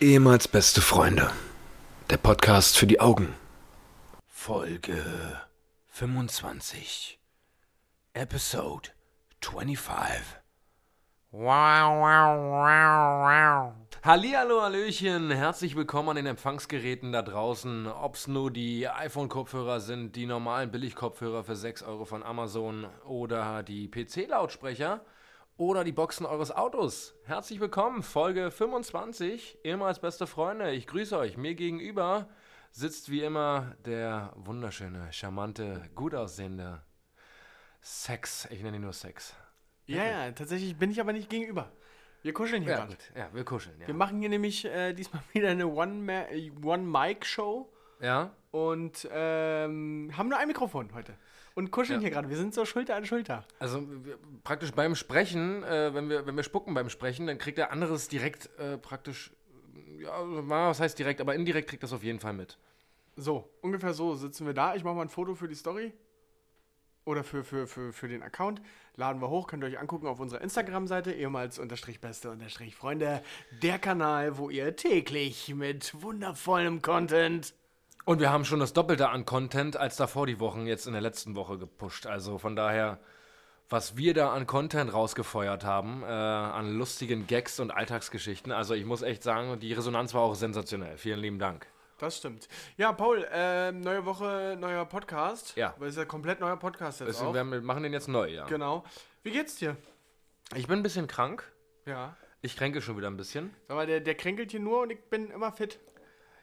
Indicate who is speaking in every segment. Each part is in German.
Speaker 1: Ehemals beste Freunde. Der Podcast für die Augen. Folge 25. Episode 25. Wow, wow, wow, wow. Hallihallo, Hallöchen. Herzlich willkommen an den Empfangsgeräten da draußen. Ob's nur die iPhone-Kopfhörer sind, die normalen Billig-Kopfhörer für 6 Euro von Amazon oder die PC-Lautsprecher oder die Boxen eures Autos. Herzlich willkommen, Folge 25, ehemals beste Freunde. Ich grüße euch. Mir gegenüber sitzt wie immer der wunderschöne, charmante, gut aussehende Sex. Ich nenne ihn nur Sex.
Speaker 2: Ja, ja, tatsächlich bin ich aber nicht gegenüber. Wir kuscheln hier
Speaker 1: Ja,
Speaker 2: gerade.
Speaker 1: gut. ja wir kuscheln. Ja.
Speaker 2: Wir machen hier nämlich äh, diesmal wieder eine äh, One-Mic-Show
Speaker 1: ja?
Speaker 2: und ähm, haben nur ein Mikrofon heute. Und kuscheln hier gerade. Wir sind so Schulter an Schulter.
Speaker 1: Also wir- praktisch beim Sprechen, äh, wenn, wir, wenn wir spucken beim Sprechen, dann kriegt der andere es direkt äh, praktisch, ja, was heißt direkt, aber indirekt kriegt das auf jeden Fall mit.
Speaker 2: So, ungefähr so sitzen wir da. Ich mache mal ein Foto für die Story. Oder für, für, für, für den Account. Laden wir hoch, könnt ihr euch angucken auf unserer Instagram-Seite, ehemals unterstrich beste unterstrich Freunde. Der Kanal, wo ihr täglich mit wundervollem Content
Speaker 1: Und wir haben schon das Doppelte an Content als davor die Wochen jetzt in der letzten Woche gepusht. Also von daher, was wir da an Content rausgefeuert haben, äh, an lustigen Gags und Alltagsgeschichten. Also ich muss echt sagen, die Resonanz war auch sensationell. Vielen lieben Dank.
Speaker 2: Das stimmt. Ja, Paul, ähm, neue Woche, neuer Podcast.
Speaker 1: Ja.
Speaker 2: Weil es ist ja komplett neuer Podcast jetzt
Speaker 1: Deswegen,
Speaker 2: auch.
Speaker 1: wir haben- machen den jetzt neu, ja.
Speaker 2: Genau. Wie geht's dir?
Speaker 1: Ich bin ein bisschen krank.
Speaker 2: Ja.
Speaker 1: Ich kränke schon wieder ein bisschen.
Speaker 2: Sag mal, der, der kränkelt hier nur und ich bin immer fit.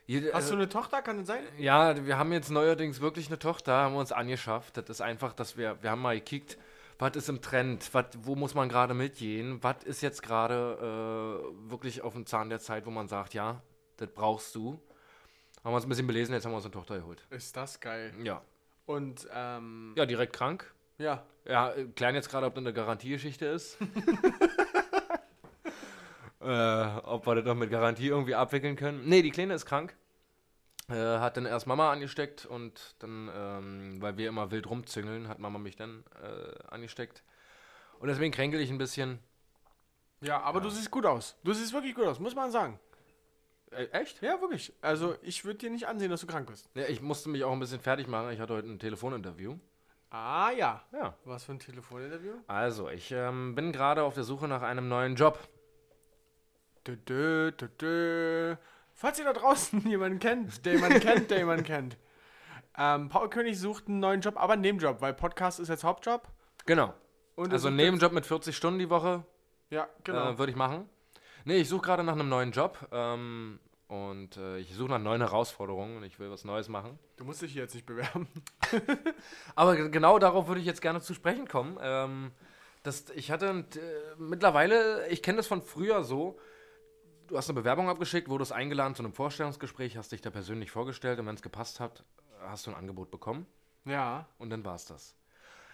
Speaker 1: Jede-
Speaker 2: Hast
Speaker 1: äh,
Speaker 2: du eine Tochter? Kann das sein?
Speaker 1: Ja, wir haben jetzt neuerdings wirklich eine Tochter, haben wir uns angeschafft. Das ist einfach, dass wir, wir haben mal gekickt, was ist im Trend, was, wo muss man gerade mitgehen, was ist jetzt gerade äh, wirklich auf dem Zahn der Zeit, wo man sagt, ja, das brauchst du. Haben wir uns ein bisschen belesen, jetzt haben wir uns eine Tochter geholt.
Speaker 2: Ist das geil.
Speaker 1: Ja.
Speaker 2: Und, ähm,
Speaker 1: Ja, direkt krank.
Speaker 2: ja.
Speaker 1: Ja, äh, klären jetzt gerade, ob das eine Garantiegeschichte ist. äh, ob wir das noch mit Garantie irgendwie abwickeln können. Nee, die Kleine ist krank. Äh, hat dann erst Mama angesteckt und dann, ähm, weil wir immer wild rumzüngeln, hat Mama mich dann äh, angesteckt. Und deswegen kränkel ich ein bisschen.
Speaker 2: Ja, aber du siehst gut aus. Du siehst wirklich gut aus, muss man sagen.
Speaker 1: Äh, echt?
Speaker 2: Ja, wirklich. Also, ich würde dir nicht ansehen, dass du krank bist.
Speaker 1: Ja, ich musste mich auch ein bisschen fertig machen. Ich hatte heute ein Telefoninterview.
Speaker 2: Ah, ja.
Speaker 1: Ja.
Speaker 2: Was für ein Telefoninterview?
Speaker 1: Also, ich ähm, bin gerade auf der Suche nach einem neuen Job.
Speaker 2: Dö, dö, dö, dö. Falls ihr da draußen jemanden kennt, der jemanden kennt, der jemanden kennt. Ähm, Paul König sucht einen neuen Job, aber einen Nebenjob, weil Podcast ist jetzt Hauptjob.
Speaker 1: Genau.
Speaker 2: Und
Speaker 1: Also, einen
Speaker 2: es-
Speaker 1: Nebenjob mit 40 Stunden die Woche.
Speaker 2: Ja, genau.
Speaker 1: äh, würde ich machen. Nee, ich suche gerade nach einem neuen Job ähm, und äh, ich suche nach neuen Herausforderungen und ich will was Neues machen.
Speaker 2: du musst dich hier jetzt nicht bewerben.
Speaker 1: Aber ge- genau darauf würde ich jetzt gerne zu sprechen kommen. Ähm, das, ich hatte ein- äh, mittlerweile, ich kenne das von früher so, du hast eine Bewerbung abgeschickt, wurdest eingeladen zu einem Vorstellungsgespräch, hast dich da persönlich vorgestellt und wenn es gepasst hat, hast du ein Angebot bekommen
Speaker 2: Ja.
Speaker 1: und dann war es das.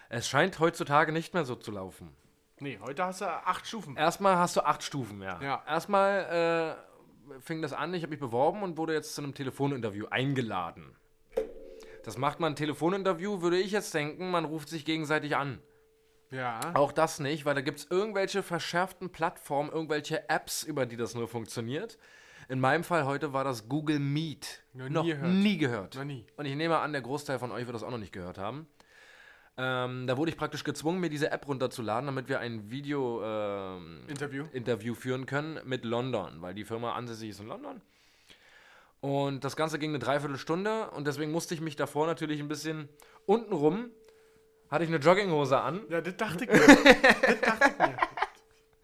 Speaker 1: Es scheint heutzutage nicht mehr so zu laufen.
Speaker 2: Nee, heute hast du acht Stufen.
Speaker 1: Erstmal hast du acht Stufen, ja.
Speaker 2: Ja.
Speaker 1: Erstmal äh, fing das an, ich habe mich beworben und wurde jetzt zu einem Telefoninterview eingeladen. Das macht man ein Telefoninterview, würde ich jetzt denken, man ruft sich gegenseitig an.
Speaker 2: Ja.
Speaker 1: Auch das nicht, weil da gibt es irgendwelche verschärften Plattformen, irgendwelche Apps, über die das nur funktioniert. In meinem Fall heute war das Google Meet.
Speaker 2: Noch nie
Speaker 1: noch
Speaker 2: gehört.
Speaker 1: nie gehört.
Speaker 2: Noch nie.
Speaker 1: Und ich nehme an, der Großteil von euch wird das auch noch nicht gehört haben. Ähm, da wurde ich praktisch gezwungen, mir diese App runterzuladen, damit wir ein Video ähm,
Speaker 2: Interview.
Speaker 1: Interview führen können mit London, weil die Firma ansässig ist in London. Und das Ganze ging eine Dreiviertelstunde und deswegen musste ich mich davor natürlich ein bisschen untenrum, hatte ich eine Jogginghose an.
Speaker 2: Ja, das dachte ich mir. das dachte ich mir.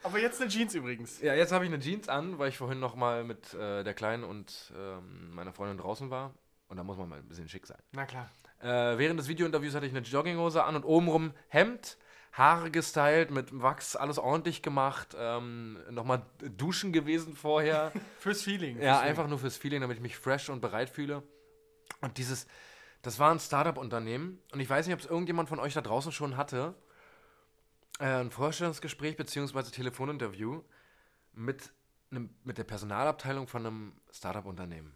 Speaker 2: Aber jetzt eine Jeans übrigens.
Speaker 1: Ja, jetzt habe ich eine Jeans an, weil ich vorhin nochmal mit äh, der Kleinen und ähm, meiner Freundin draußen war. Und da muss man mal ein bisschen schick sein.
Speaker 2: Na klar.
Speaker 1: Äh, während des Videointerviews hatte ich eine Jogginghose an und obenrum Hemd, Haare gestylt, mit Wachs, alles ordentlich gemacht. Ähm, nochmal duschen gewesen vorher.
Speaker 2: Fürs Feeling.
Speaker 1: Ja,
Speaker 2: fürs Feeling.
Speaker 1: einfach nur fürs Feeling, damit ich mich fresh und bereit fühle. Und dieses, das war ein Startup-Unternehmen und ich weiß nicht, ob es irgendjemand von euch da draußen schon hatte. Äh, ein Vorstellungsgespräch bzw. Telefoninterview mit, einem, mit der Personalabteilung von einem Startup-Unternehmen.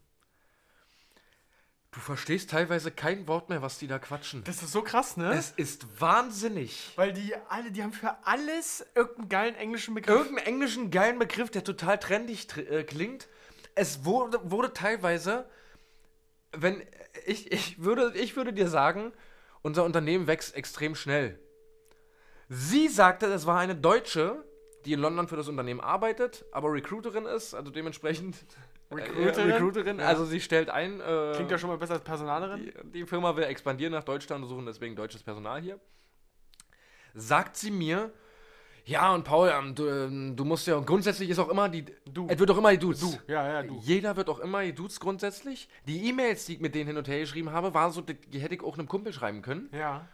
Speaker 1: Du verstehst teilweise kein Wort mehr, was die da quatschen.
Speaker 2: Das ist so krass, ne?
Speaker 1: Es ist wahnsinnig.
Speaker 2: Weil die alle, die haben für alles irgendeinen geilen englischen Begriff.
Speaker 1: Irgendeinen englischen geilen Begriff, der total trendig tr- äh, klingt, Es wurde, wurde teilweise, wenn ich, ich, würde, ich würde dir sagen, unser Unternehmen wächst extrem schnell. Sie sagte, es war eine Deutsche, die in London für das Unternehmen arbeitet, aber Recruiterin ist, also dementsprechend.
Speaker 2: Recruiterin?
Speaker 1: Äh, Recruiterin
Speaker 2: Ja.
Speaker 1: Also sie stellt ein. Äh,
Speaker 2: Klingt ja schon mal besser als Personalerin.
Speaker 1: die, die Firma will expandieren nach Deutschland und suchen deswegen deutsches Personal hier. Sagt sie mir, ja und Paul, ähm, du, ähm, du musst ja, grundsätzlich ist auch immer die,
Speaker 2: Du.
Speaker 1: es wird auch immer die Dudes. Du.
Speaker 2: Ja, ja, du.
Speaker 1: Jeder wird auch immer die Dudes grundsätzlich. Die E-Mails, die ich mit denen hin und her geschrieben habe, waren so, die, die hätte ich auch einem Kumpel schreiben können.
Speaker 2: Ja.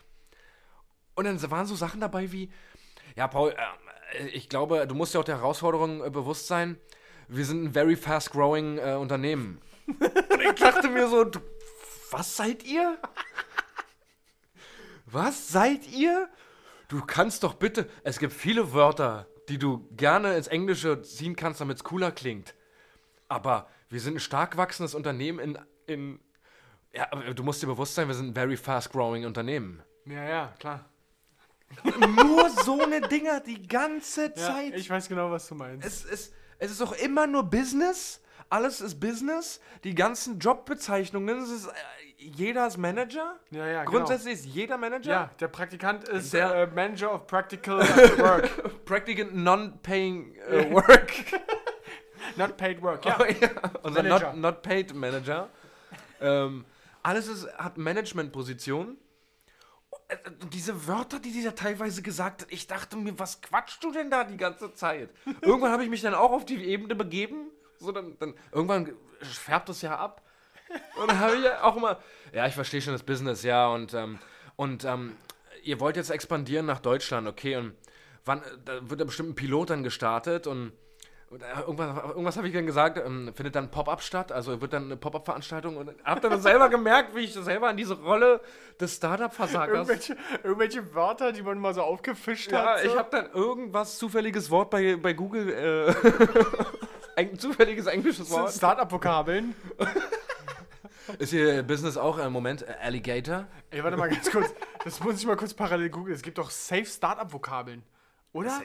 Speaker 1: Und dann waren so Sachen dabei wie, ja Paul, ähm, ich glaube, du musst ja auch der Herausforderung äh, bewusst sein, wir sind ein very fast growing äh, Unternehmen. Und ich dachte mir so, du, was seid ihr? Was seid ihr? Du kannst doch bitte, es gibt viele Wörter, die du gerne ins Englische ziehen kannst, damit es cooler klingt. Aber wir sind ein stark wachsendes Unternehmen in, in ja, aber du musst dir bewusst sein, wir sind ein very fast growing Unternehmen.
Speaker 2: Ja, ja, klar.
Speaker 1: Nur so eine Dinger die ganze
Speaker 2: Ja,
Speaker 1: Zeit.
Speaker 2: Ich weiß genau, was du meinst.
Speaker 1: es, es, es ist auch immer nur Business. Alles ist Business. Die ganzen Jobbezeichnungen. Es ist, äh, jeder ist Manager.
Speaker 2: Ja, ja, genau.
Speaker 1: Grundsätzlich ist jeder Manager.
Speaker 2: Ja, der Praktikant ist
Speaker 1: Der-
Speaker 2: äh, Manager of Practical Work.
Speaker 1: Practicant non-paying äh, work.
Speaker 2: Not paid work,
Speaker 1: Oh,
Speaker 2: ja.
Speaker 1: Unser
Speaker 2: Manager.
Speaker 1: not, not paid Manager. ähm, alles ist, hat Managementpositionen. Äh, äh, Diese Wörter, die dieser teilweise gesagt hat, ich dachte mir, was quatschst du denn da die ganze Zeit? Irgendwann habe ich mich dann auch auf die Ebene begeben. So dann, dann, irgendwann färbt es ja ab. Und dann habe ich ja auch immer, ja, ich verstehe schon das Business, ja, und, ähm, und ähm, ihr wollt jetzt expandieren nach Deutschland, okay, und wann, da wird da bestimmt ein Pilot dann gestartet und, und äh, irgendwas, irgendwas habe ich dann gesagt, ähm, findet dann ein Pop-Up statt, also wird dann eine Pop-Up-Veranstaltung und hab dann selber gemerkt, wie ich selber an diese Rolle des Startup-Versagers.
Speaker 2: Irgendwelche, irgendwelche Wörter, die man mal so aufgefischt
Speaker 1: Ja,
Speaker 2: hat. So.
Speaker 1: ich habe dann irgendwas zufälliges Wort bei, bei Google, äh, ein zufälliges englisches
Speaker 2: Das sind
Speaker 1: Wort.
Speaker 2: Startup-Vokabeln.
Speaker 1: Ist Ihr Business auch im Moment äh, Alligator?
Speaker 2: Ey, warte mal ganz kurz. Das muss ich mal kurz parallel googeln. Es gibt doch safe Startup-Vokabeln. Oder?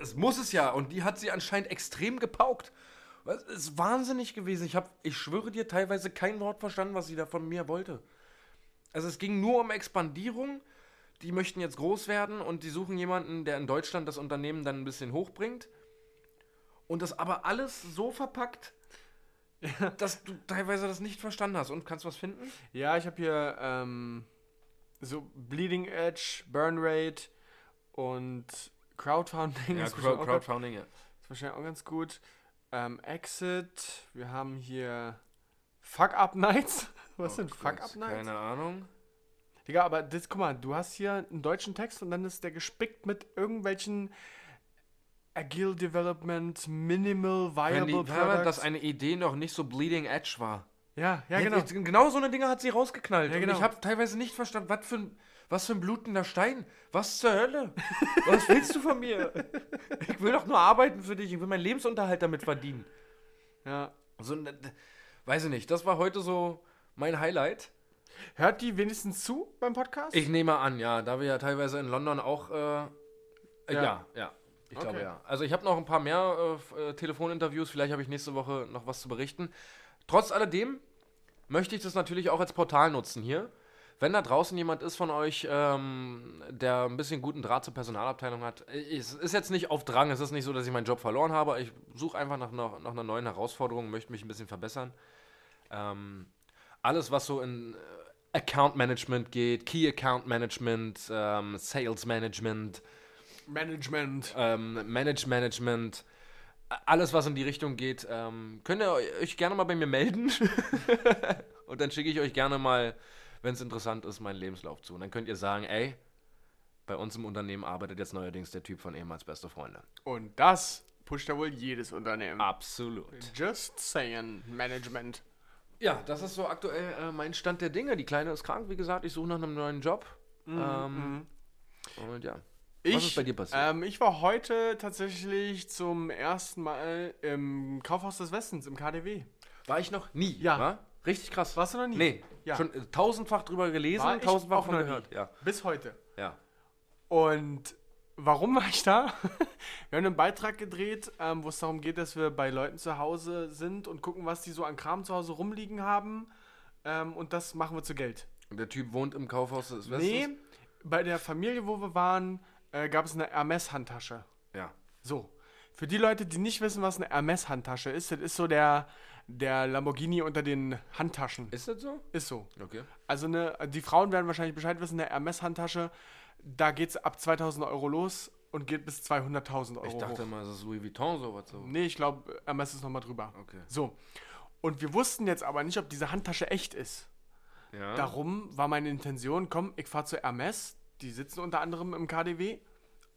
Speaker 1: Es muss es ja. Und die hat sie anscheinend extrem gepaukt. Es ist wahnsinnig gewesen. Ich, hab, ich schwöre dir teilweise kein Wort verstanden, was sie da von mir wollte. Also es ging nur um Expandierung. Die möchten jetzt groß werden und die suchen jemanden, der in Deutschland das Unternehmen dann ein bisschen hochbringt. Und das aber alles so verpackt, dass du teilweise das nicht verstanden hast. Und kannst du was finden?
Speaker 2: Ja, ich habe hier ähm, so Bleeding Edge, Burn Rate und Crowdfunding. ist bestimmt auch ganz-
Speaker 1: Crowdfunding, ja.
Speaker 2: ist wahrscheinlich auch ganz gut. Ähm, Exit. Wir haben hier Fuck Up Nights. Was sind Fuck Up Nights?
Speaker 1: Oh Keine Ahnung.
Speaker 2: Digga, aber das, guck mal, du hast hier einen deutschen Text und dann ist der gespickt mit irgendwelchen Agile Development, Minimal
Speaker 1: Wenn die,
Speaker 2: Viable
Speaker 1: aber, dass
Speaker 2: Products.
Speaker 1: eine Idee noch nicht so bleeding edge war.
Speaker 2: Ja, ja,
Speaker 1: Ja,
Speaker 2: genau.
Speaker 1: genau. genau so eine Dinge hat sie rausgeknallt.
Speaker 2: Ja,
Speaker 1: Und
Speaker 2: genau.
Speaker 1: ich habe teilweise nicht verstanden, was für ein, was für ein blutender Stein. Was zur Hölle? Was willst du von mir? Ich will doch nur arbeiten für dich. Ich will meinen Lebensunterhalt damit verdienen.
Speaker 2: Ja.
Speaker 1: So, ne- ne- weiß ich nicht. Das war heute so mein Highlight.
Speaker 2: Hört die wenigstens zu beim Podcast?
Speaker 1: Ich nehme an, ja, da wir ja teilweise in London auch. Äh, ja. ja, ja. Ich
Speaker 2: Okay.
Speaker 1: glaube ja. Also ich habe noch ein paar mehr äh, f- äh, Telefoninterviews. Vielleicht habe ich nächste Woche noch was zu berichten. Trotz alledem möchte ich das natürlich auch als Portal nutzen hier. Wenn da draußen jemand ist von euch, ähm, der ein bisschen guten Draht zur Personalabteilung hat, ich- es ist jetzt nicht auf Drang, es ist nicht so, dass ich meinen Job verloren habe. Ich suche einfach nach, nach, nach einer neuen Herausforderung, möchte mich ein bisschen verbessern. Ähm, alles, was so in äh, Account Management geht, Key Account Management, ähm, Sales Management,
Speaker 2: Management.
Speaker 1: ähm, Manage Management, äh, alles, was in die Richtung geht, ähm, könnt ihr euch gerne mal bei mir melden. Und dann schicke ich euch gerne mal, wenn es interessant ist, meinen Lebenslauf zu. Und dann könnt ihr sagen, ey, bei uns im Unternehmen arbeitet jetzt neuerdings der Typ von ehemals beste Freunde.
Speaker 2: Und das pusht ja wohl jedes Unternehmen.
Speaker 1: Ah. Absolut.
Speaker 2: Just saying, Management.
Speaker 1: Ja, das ist so aktuell äh, mein Stand der Dinge. Die Kleine ist krank, wie gesagt, ich suche nach einem neuen Job. ähm, Und ja.
Speaker 2: Ich,
Speaker 1: ist bei dir passiert?
Speaker 2: Ähm, ich war heute tatsächlich zum ersten Mal im Kaufhaus des Westens, im KDW.
Speaker 1: War ich noch nie.
Speaker 2: Ja.
Speaker 1: wa? Richtig krass.
Speaker 2: Warst du noch nie?
Speaker 1: Nee.
Speaker 2: Ja.
Speaker 1: Schon äh, tausendfach drüber gelesen,
Speaker 2: War ich
Speaker 1: tausendfach
Speaker 2: auch
Speaker 1: von
Speaker 2: noch
Speaker 1: gehört.
Speaker 2: nie.
Speaker 1: Ja.
Speaker 2: Bis heute.
Speaker 1: ja.
Speaker 2: Und Warum war ich da? Wir haben einen Beitrag gedreht, ähm, wo es darum geht, dass wir bei Leuten zu Hause sind und gucken, was die so an Kram zu Hause rumliegen haben. Ähm, und das machen wir zu Geld.
Speaker 1: Der Typ wohnt im Kaufhaus des Westens?
Speaker 2: Nee, bei der Familie, wo wir waren, äh, gab es eine Hermes-Handtasche.
Speaker 1: Ja.
Speaker 2: So. Für die Leute, die nicht wissen, was eine Hermes-Handtasche ist, das ist so der, der Lamborghini unter den Handtaschen.
Speaker 1: Ist das so?
Speaker 2: Ist so.
Speaker 1: Okay.
Speaker 2: Also eine, die Frauen werden wahrscheinlich Bescheid wissen, eine Hermes-Handtasche, da geht's ab 2000 Euro los und geht bis 200.000 Euro
Speaker 1: Ich dachte
Speaker 2: hoch.
Speaker 1: mal, das ist Louis Vuitton sowas. So.
Speaker 2: Nee, ich glaube, Hermes ist nochmal drüber.
Speaker 1: Okay.
Speaker 2: So. Und wir wussten jetzt aber nicht, ob diese Handtasche echt ist.
Speaker 1: Ja.
Speaker 2: Darum war meine Intention, komm, ich fahre zu Hermes, die sitzen unter anderem im KDW,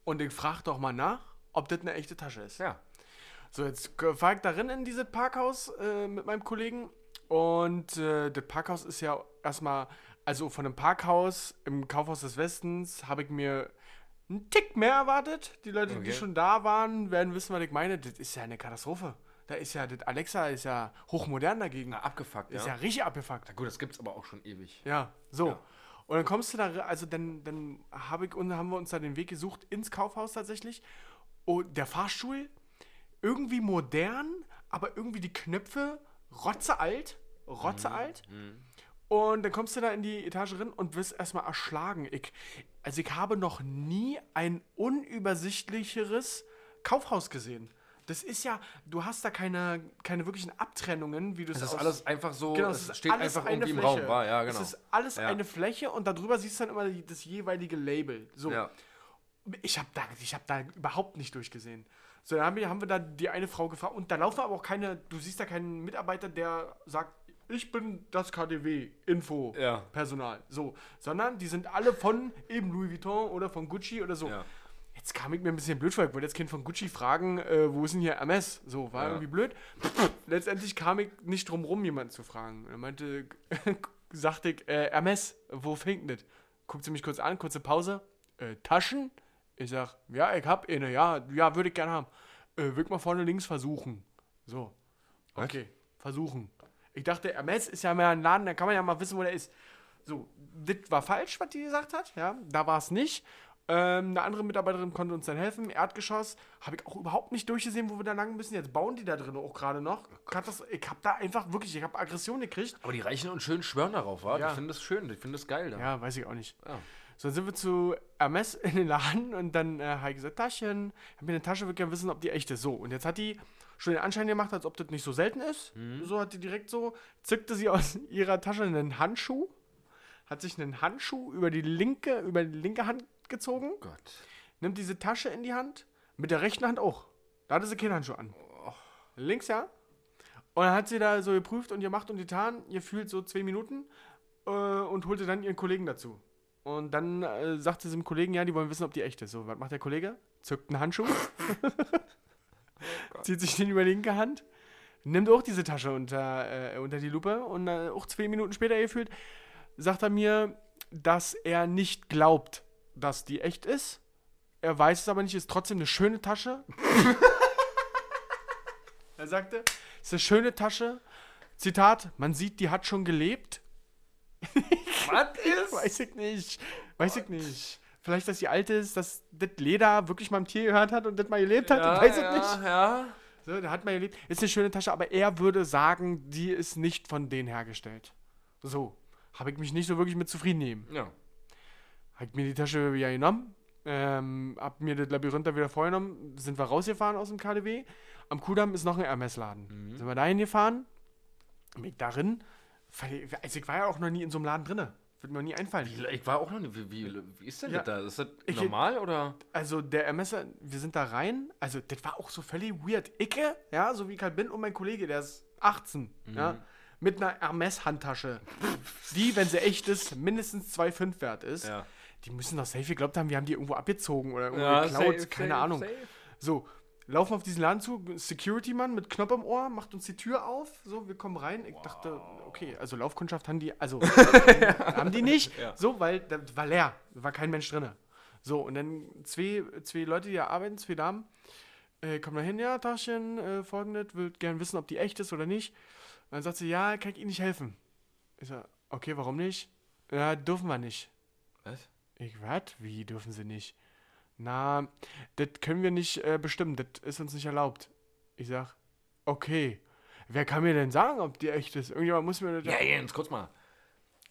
Speaker 2: und ich frage doch mal nach, ob das eine echte Tasche ist.
Speaker 1: Ja.
Speaker 2: So, jetzt fahre ich darin in dieses Parkhaus äh, mit meinem Kollegen. Und äh, das Parkhaus ist ja erstmal, also von einem Parkhaus im Kaufhaus des Westens habe ich mir einen Tick mehr erwartet. Die Leute,
Speaker 1: Okay.
Speaker 2: die schon da waren, werden wissen, was ich meine. Das ist ja eine Katastrophe. Da ist ja, das Alexa ist ja hochmodern dagegen.
Speaker 1: Na, abgefuckt,
Speaker 2: Ist ja
Speaker 1: ja.
Speaker 2: richtig abgefuckt.
Speaker 1: Na gut, das gibt's aber auch schon ewig.
Speaker 2: Ja, so. Und dann kommst du da, re- also dann, dann hab ich, und haben wir uns da den Weg gesucht ins Kaufhaus tatsächlich. Und der Fahrstuhl, irgendwie modern, aber irgendwie die Knöpfe rotzealt, rotzealt.
Speaker 1: Mhm,
Speaker 2: Und dann kommst du da in die Etage rein und wirst erstmal erschlagen. Ich, also ich habe noch nie ein unübersichtlicheres Kaufhaus gesehen. Das ist ja, du hast da keine, keine wirklichen Abtrennungen, wie du es
Speaker 1: Das ist
Speaker 2: aus-
Speaker 1: alles einfach so,
Speaker 2: Genau,
Speaker 1: es steht einfach irgendwie im Raum. War, ja, genau.
Speaker 2: Es ist alles
Speaker 1: Ja.
Speaker 2: eine Fläche und darüber siehst du dann immer die- das jeweilige Label. So.
Speaker 1: ja.
Speaker 2: Ich habe da, ich hab da überhaupt nicht durchgesehen. So, dann haben wir, haben wir da die eine Frau gefragt und da laufen aber auch keine, du siehst da keinen Mitarbeiter, der sagt, ich bin das KDW, Info,
Speaker 1: Ja.
Speaker 2: Personal. So, sondern die sind alle von eben Louis Vuitton oder von Gucci oder so.
Speaker 1: Ja.
Speaker 2: Jetzt kam ich mir ein bisschen blöd vor. Ich wollte jetzt Kind von Gucci fragen, äh, wo ist denn hier Hermes? So, war
Speaker 1: Ja.
Speaker 2: irgendwie blöd. Letztendlich kam ich nicht drum rum, jemanden zu fragen. Er meinte, sagte ich, äh, Hermes, wo fängt denn das? Guckt sie mich kurz an, kurze Pause. Äh, Taschen? Ich sag, ja, ich hab eine, ja, ja, würde ich gerne haben. Äh, würd mal vorne links versuchen. So. Okay, versuchen. Ich dachte, Hermes ist ja mal ein Laden, da kann man ja mal wissen, wo der ist. So, das war falsch, was die gesagt hat. Ja, da war es nicht. Ähm, eine andere Mitarbeiterin konnte uns dann helfen. Erdgeschoss habe ich auch überhaupt nicht durchgesehen, wo wir da lang müssen. Jetzt bauen die da drin auch gerade noch. Katast ich habe da einfach wirklich, ich habe Aggression gekriegt.
Speaker 1: Aber die Reichen und Schönen schwören darauf, wa?
Speaker 2: Ja.
Speaker 1: Ich finde das schön, ich finde das geil. Da.
Speaker 2: Ja, weiß ich auch nicht.
Speaker 1: Ja.
Speaker 2: So, dann sind wir zu Hermes in den Laden und dann äh, habe ich gesagt, Taschen. Ich habe mir eine Tasche, würde gerne wissen, ob die echt ist. So, und jetzt hat die schon den Anschein gemacht, als ob das nicht so selten ist. So hat die direkt so, zückte sie aus ihrer Tasche einen Handschuh, hat sich einen Handschuh über die linke, über die linke Hand gezogen,
Speaker 1: Gott.
Speaker 2: nimmt diese Tasche in die Hand, mit der rechten Hand auch. Da hatte sie keinen Handschuh an. Links ja. Und dann hat sie da so geprüft und gemacht und getan, gefühlt so zehn Minuten äh, und holte dann ihren Kollegen dazu. Und dann äh, sagte sie dem Kollegen, ja, die wollen wissen, ob die echt ist. So, was macht der Kollege? Zückt einen Handschuh, zieht sich den über die linke Hand, nimmt auch diese Tasche unter, äh, unter die Lupe und äh, auch zwei Minuten später gefühlt, sagt er mir, dass er nicht glaubt, dass die echt ist. Er weiß es aber nicht, ist trotzdem eine schöne Tasche. er sagte, es ist eine schöne Tasche. Zitat, man sieht, die hat schon gelebt.
Speaker 1: Was ist?
Speaker 2: Weiß ich nicht. Weiß ich nicht. Vielleicht, dass sie alt ist, dass das Leder wirklich mal im Tier gehört hat und das mal gelebt hat.
Speaker 1: Ja,
Speaker 2: das weiß ich
Speaker 1: ja,
Speaker 2: nicht.
Speaker 1: Ja.
Speaker 2: So, da hat man gelebt. Ist eine schöne Tasche, aber er würde sagen, die ist nicht von denen hergestellt. So. Habe ich mich nicht so wirklich mit zufrieden nehmen.
Speaker 1: ja.
Speaker 2: Habe ich mir die Tasche wieder genommen. Ähm, hab mir das Labyrinth da wieder vorgenommen. Sind wir rausgefahren aus dem KDW. Am Kudamm ist noch ein Hermes-Laden. Sind wir dahin gefahren. Bin ich darin. Also ich war ja auch noch nie in so einem Laden drinne. Wird mir noch nie einfallen.
Speaker 1: Ich war auch noch nicht. Wie, wie, wie ist denn
Speaker 2: Ja.
Speaker 1: das da? Ist das
Speaker 2: Ich-
Speaker 1: normal oder?
Speaker 2: Also der Ermesser, wir sind da rein. Also das war auch so völlig weird. Icke, ja, so wie ich halt bin und mein Kollege, der ist 18,
Speaker 1: Mhm.
Speaker 2: ja, mit einer Hermes-Handtasche, die, wenn sie echt ist, mindestens 2,5 wert ist.
Speaker 1: Ja.
Speaker 2: Die müssen doch safe geglaubt haben, wir haben die irgendwo abgezogen oder irgendwo
Speaker 1: Ja,
Speaker 2: geklaut,
Speaker 1: safe,
Speaker 2: keine
Speaker 1: safe,
Speaker 2: Ahnung.
Speaker 1: safe.
Speaker 2: So, laufen auf diesen Laden zu, Security-Mann mit Knopf im Ohr, macht uns die Tür auf, so, wir kommen rein. Ich dachte, okay, also Laufkundschaft haben die, also haben die nicht, so, weil da war leer, war kein Mensch drin. So, und dann zwei, zwei Leute, die da arbeiten, zwei Damen, äh, kommen da hin, ja, Taschen, äh, folgendes, will gern wissen, ob die echt ist oder nicht. Und dann sagt sie, ja, kann ich Ihnen nicht helfen. Ich sag, okay, warum nicht? Ja, dürfen wir nicht.
Speaker 1: Was?
Speaker 2: Ich, was? Wie dürfen sie nicht? Na, das können wir nicht äh, bestimmen, das ist uns nicht erlaubt. Ich sag, okay. Wer kann mir denn sagen, ob die echt ist? Irgendjemand muss mir das.
Speaker 1: Ja, Jens, kurz mal.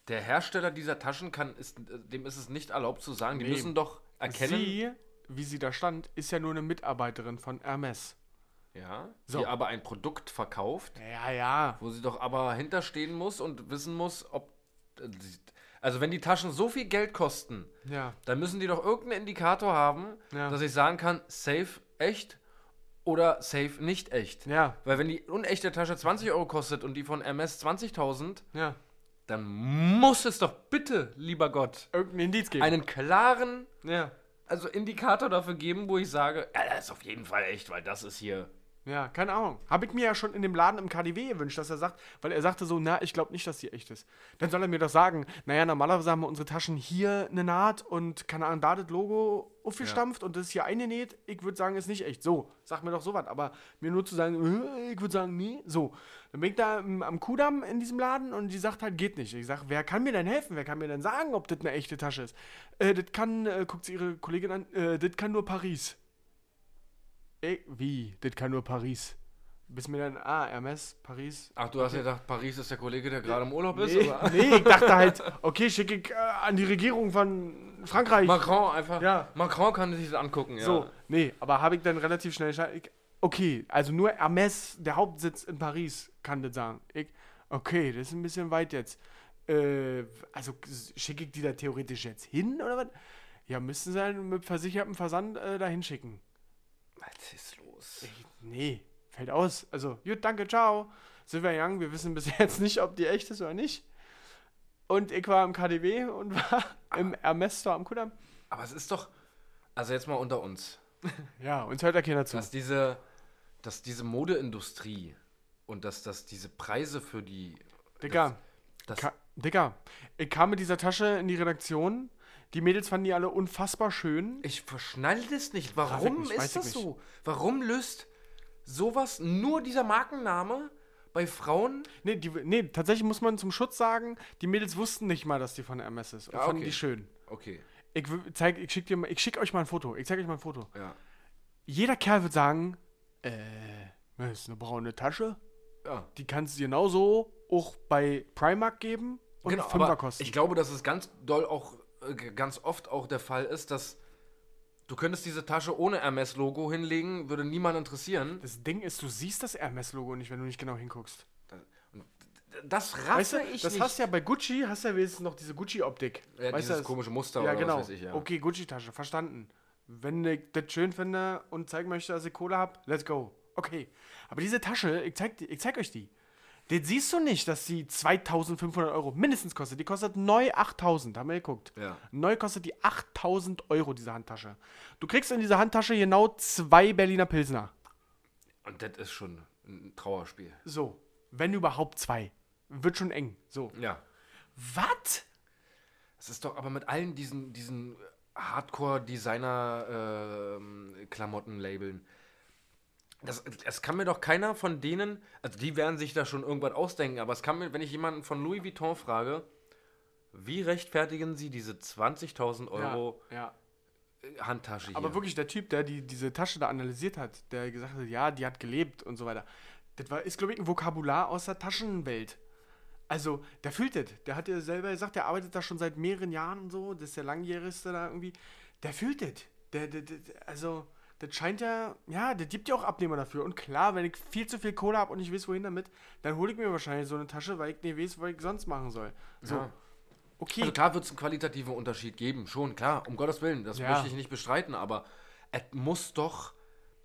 Speaker 1: Der Hersteller dieser Taschen kann, ist, dem ist es nicht erlaubt zu sagen. Die
Speaker 2: Nee.
Speaker 1: müssen doch erkennen.
Speaker 2: Sie, wie sie da stand, ist ja nur eine Mitarbeiterin von Hermes.
Speaker 1: ja,
Speaker 2: So.
Speaker 1: die aber ein Produkt verkauft,
Speaker 2: Ja, ja.
Speaker 1: wo sie doch aber hinterstehen muss und wissen muss, ob. Also, wenn die Taschen so viel Geld kosten,
Speaker 2: Ja.
Speaker 1: dann müssen die doch irgendeinen Indikator haben,
Speaker 2: Ja.
Speaker 1: dass ich sagen kann, safe echt oder safe nicht echt.
Speaker 2: Ja.
Speaker 1: Weil wenn die unechte Tasche 20 Euro kostet und die von MS 20.000,
Speaker 2: Ja.
Speaker 1: dann muss es doch bitte, lieber Gott,
Speaker 2: Irgendeinen Indiz geben.
Speaker 1: einen klaren
Speaker 2: ja.
Speaker 1: also Indikator dafür geben, wo ich sage, ja, das ist auf jeden Fall echt, weil das ist hier.
Speaker 2: Ja, keine Ahnung. Habe ich mir ja schon in dem Laden im KDW gewünscht, dass er sagt, weil er sagte so, na, ich glaube nicht, dass die echt ist. Dann soll er mir doch sagen, naja, normalerweise haben wir unsere Taschen hier eine Naht und keine Ahnung, da das Logo aufgestampft und das hier eingenäht. Ich würde sagen, ist nicht echt. So, sag mir doch sowas. Aber mir nur zu sagen, äh, ich würde sagen, nee, so. Dann bin ich da ähm, am Kudamm in diesem Laden und die sagt halt, geht nicht. Ich sag, wer kann mir denn helfen? Wer kann mir denn sagen, ob das eine echte Tasche ist? Äh, das kann, äh, guckt sie ihre Kollegin an, äh, das kann nur Paris. Ey, wie? Das kann nur Paris. Bist mir dann, ah, Hermes, Paris.
Speaker 1: Ach, du hast ja gedacht, Paris ist der Kollege, der gerade im Urlaub ist?
Speaker 2: Nee,
Speaker 1: Oder?
Speaker 2: nee, ich dachte halt, okay, schicke ich äh, an die Regierung von Frankreich.
Speaker 1: Macron einfach.
Speaker 2: Ja.
Speaker 1: Macron kann sich das angucken, ja.
Speaker 2: So, nee, aber habe ich dann relativ schnell gescha- ich, Okay, also nur Hermes, der Hauptsitz in Paris, kann das sagen. Ich, okay, das ist ein bisschen weit jetzt. Äh, also s- schicke ich die da theoretisch jetzt hin oder was? Ja, müssten sie dann mit versichertem Versand äh, dahin schicken.
Speaker 1: Was ist los?
Speaker 2: Ich, nee, fällt aus. Also, gut, danke, ciao. Sind wir Young, wir wissen bis jetzt nicht, ob die echt ist oder nicht. Und ich war im KDW und war im Hermes-Store am Kudamm.
Speaker 1: Aber es ist doch, also jetzt mal unter uns,
Speaker 2: Ja, uns hört da keiner zu.
Speaker 1: dass diese, dass diese Modeindustrie und dass, dass diese Preise für die,
Speaker 2: Digga,
Speaker 1: das,
Speaker 2: ka Digga, ich kam mit dieser Tasche in die Redaktion. Die Mädels fanden die alle unfassbar schön.
Speaker 1: ich verschnalle das nicht.
Speaker 2: ich
Speaker 1: Warum
Speaker 2: nicht, weiß
Speaker 1: ist
Speaker 2: ich
Speaker 1: das
Speaker 2: nicht.
Speaker 1: so? Warum löst sowas nur dieser Markenname bei Frauen?
Speaker 2: Nee, die, nee, tatsächlich muss man zum Schutz sagen, die Mädels wussten nicht mal, dass die von Hermes ist. Und
Speaker 1: Ja,
Speaker 2: fanden
Speaker 1: okay.
Speaker 2: die schön.
Speaker 1: Okay,
Speaker 2: Ich, w- zeig, ich schicke mal, ich schick euch mal ein Foto. Ich zeig euch mal ein Foto.
Speaker 1: ja.
Speaker 2: Jeder Kerl wird sagen, äh, das ist eine braune Tasche.
Speaker 1: Ja.
Speaker 2: die kannst du genauso auch bei Primark geben und
Speaker 1: genau,
Speaker 2: Fünfer
Speaker 1: aber
Speaker 2: kosten.
Speaker 1: Ich glaube, dass es ganz doll auch, äh, g- ganz oft auch der Fall ist, dass du könntest diese Tasche ohne Hermes-Logo hinlegen, würde niemand interessieren.
Speaker 2: das Ding ist, du siehst das Hermes-Logo nicht, wenn du nicht genau hinguckst.
Speaker 1: Das rasse ich
Speaker 2: das
Speaker 1: nicht.
Speaker 2: hast ja bei Gucci, hast ja wenigstens noch diese Gucci-Optik.
Speaker 1: ja,
Speaker 2: weißt du,
Speaker 1: dieses
Speaker 2: das-
Speaker 1: komische Muster
Speaker 2: Ja,
Speaker 1: oder
Speaker 2: genau.
Speaker 1: was weiß ich, ja.
Speaker 2: Okay, Gucci-Tasche, verstanden. Wenn ich das schön finde und zeigen möchte, dass ich Kohle habe, let's go. Okay. Aber diese Tasche, ich zeig, die- ich zeig euch die. Den siehst du nicht, dass die 2500 Euro mindestens kostet. Die kostet neu 8000, haben wir geguckt.
Speaker 1: Ja.
Speaker 2: Neu kostet die 8000 Euro, diese Handtasche. Du kriegst in dieser Handtasche genau zwei Berliner Pilsner.
Speaker 1: Und das ist schon ein Trauerspiel.
Speaker 2: So. Wenn überhaupt zwei. Wird schon eng. So.
Speaker 1: Ja.
Speaker 2: Was?
Speaker 1: Es ist doch aber mit allen diesen, diesen Hardcore-Designer-Klamotten-Labeln. ähm, das, es kann mir doch keiner von denen, also die werden sich da schon irgendwas ausdenken, aber es kann mir, wenn ich jemanden von Louis Vuitton frage, wie rechtfertigen sie diese 20.000 Euro
Speaker 2: Ja. ja.
Speaker 1: Handtasche hier?
Speaker 2: Aber wirklich, der Typ, der die, diese Tasche da analysiert hat, der gesagt hat, ja, die hat gelebt und so weiter. Das war, ist, glaube ich, ein Vokabular aus der Taschenwelt. Also, der fühlt das. Der hat ja selber gesagt, der arbeitet da schon seit mehreren Jahren und so. Das ist der Langjährigste da irgendwie. Der fühlt das. Der, der, der, also, das scheint ja, ja, der gibt ja auch Abnehmer dafür. Und klar, wenn ich viel zu viel Kohle habe und ich weiß, wohin damit, dann hole ich mir wahrscheinlich so eine Tasche, weil ich nicht weiß, was ich sonst machen soll. So.
Speaker 1: Ja.
Speaker 2: Okay.
Speaker 1: Also klar wird es einen qualitativen Unterschied geben, schon, klar, um Gottes Willen, das
Speaker 2: Ja.
Speaker 1: möchte ich nicht bestreiten, aber es muss doch,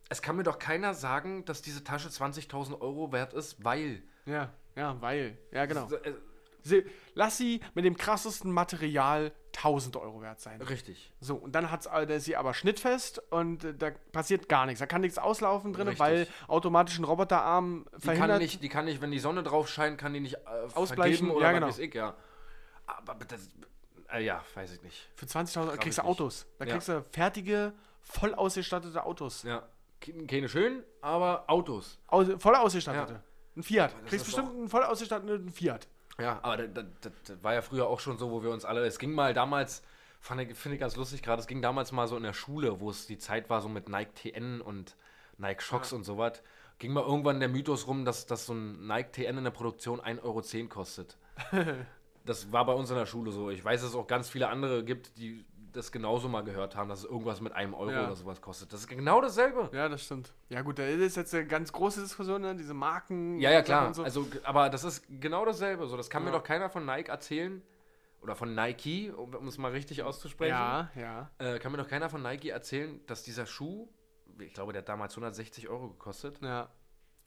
Speaker 1: es kann mir doch keiner sagen, dass diese Tasche 20.000 Euro wert ist, weil.
Speaker 2: ja, ja, weil. Ja, genau.
Speaker 1: So, äh,
Speaker 2: Sie, lass sie mit dem krassesten Material 1000 Euro wert sein.
Speaker 1: Richtig.
Speaker 2: So, und dann hat's, äh, da ist sie aber schnittfest und äh, da passiert gar nichts. Da kann nichts auslaufen drin,
Speaker 1: Richtig.
Speaker 2: weil automatisch ein
Speaker 1: Die
Speaker 2: Roboterarm
Speaker 1: kann,
Speaker 2: verhindert.
Speaker 1: nicht, die kann nicht, wenn die Sonne drauf scheint, kann die nicht äh,
Speaker 2: Ausbleichen,
Speaker 1: vergeben oder
Speaker 2: ja,
Speaker 1: was
Speaker 2: genau.
Speaker 1: weiß ich, ja. Aber das, äh, ja, weiß ich nicht.
Speaker 2: Für 20.000 Euro
Speaker 1: Glaub
Speaker 2: kriegst
Speaker 1: ich
Speaker 2: du
Speaker 1: nicht.
Speaker 2: Autos. Da
Speaker 1: Ja.
Speaker 2: kriegst du fertige, voll ausgestattete Autos.
Speaker 1: Ja, Ke- keine schön, aber Autos.
Speaker 2: Aus, voll ausgestattete.
Speaker 1: Ja.
Speaker 2: Ein Fiat.
Speaker 1: das
Speaker 2: Kriegst
Speaker 1: ist
Speaker 2: bestimmt einen voll ausgestatteten Fiat.
Speaker 1: Ja, aber das, das, das war ja früher auch schon so, wo wir uns alle, es ging mal damals, Fand ich, finde ich ganz lustig gerade. Es ging damals mal so in der Schule, wo es die Zeit war, so mit Nike TN und Nike Shocks und sowas. Ging mal irgendwann der Mythos rum, dass, dass so ein Nike TN in der Produktion 1,10 Euro kostet. das war bei uns in der Schule so. Ich weiß, dass es auch ganz viele andere gibt, die das genauso mal gehört haben, dass es irgendwas mit einem Euro
Speaker 2: Ja.
Speaker 1: oder sowas kostet. Das ist genau dasselbe.
Speaker 2: Ja, das stimmt. Ja, gut, da ist jetzt eine ganz große Diskussion, ne? diese Marken.
Speaker 1: Ja, ja, klar.
Speaker 2: und so.
Speaker 1: Also, g- aber das ist genau dasselbe. So, das kann mir
Speaker 2: Ja.
Speaker 1: doch keiner von Nike erzählen. Oder von Nike, um um es mal richtig auszusprechen.
Speaker 2: ja, ja.
Speaker 1: Äh, kann mir doch keiner von Nike erzählen, dass dieser Schuh, ich glaube, der hat damals 160 Euro gekostet,
Speaker 2: Ja,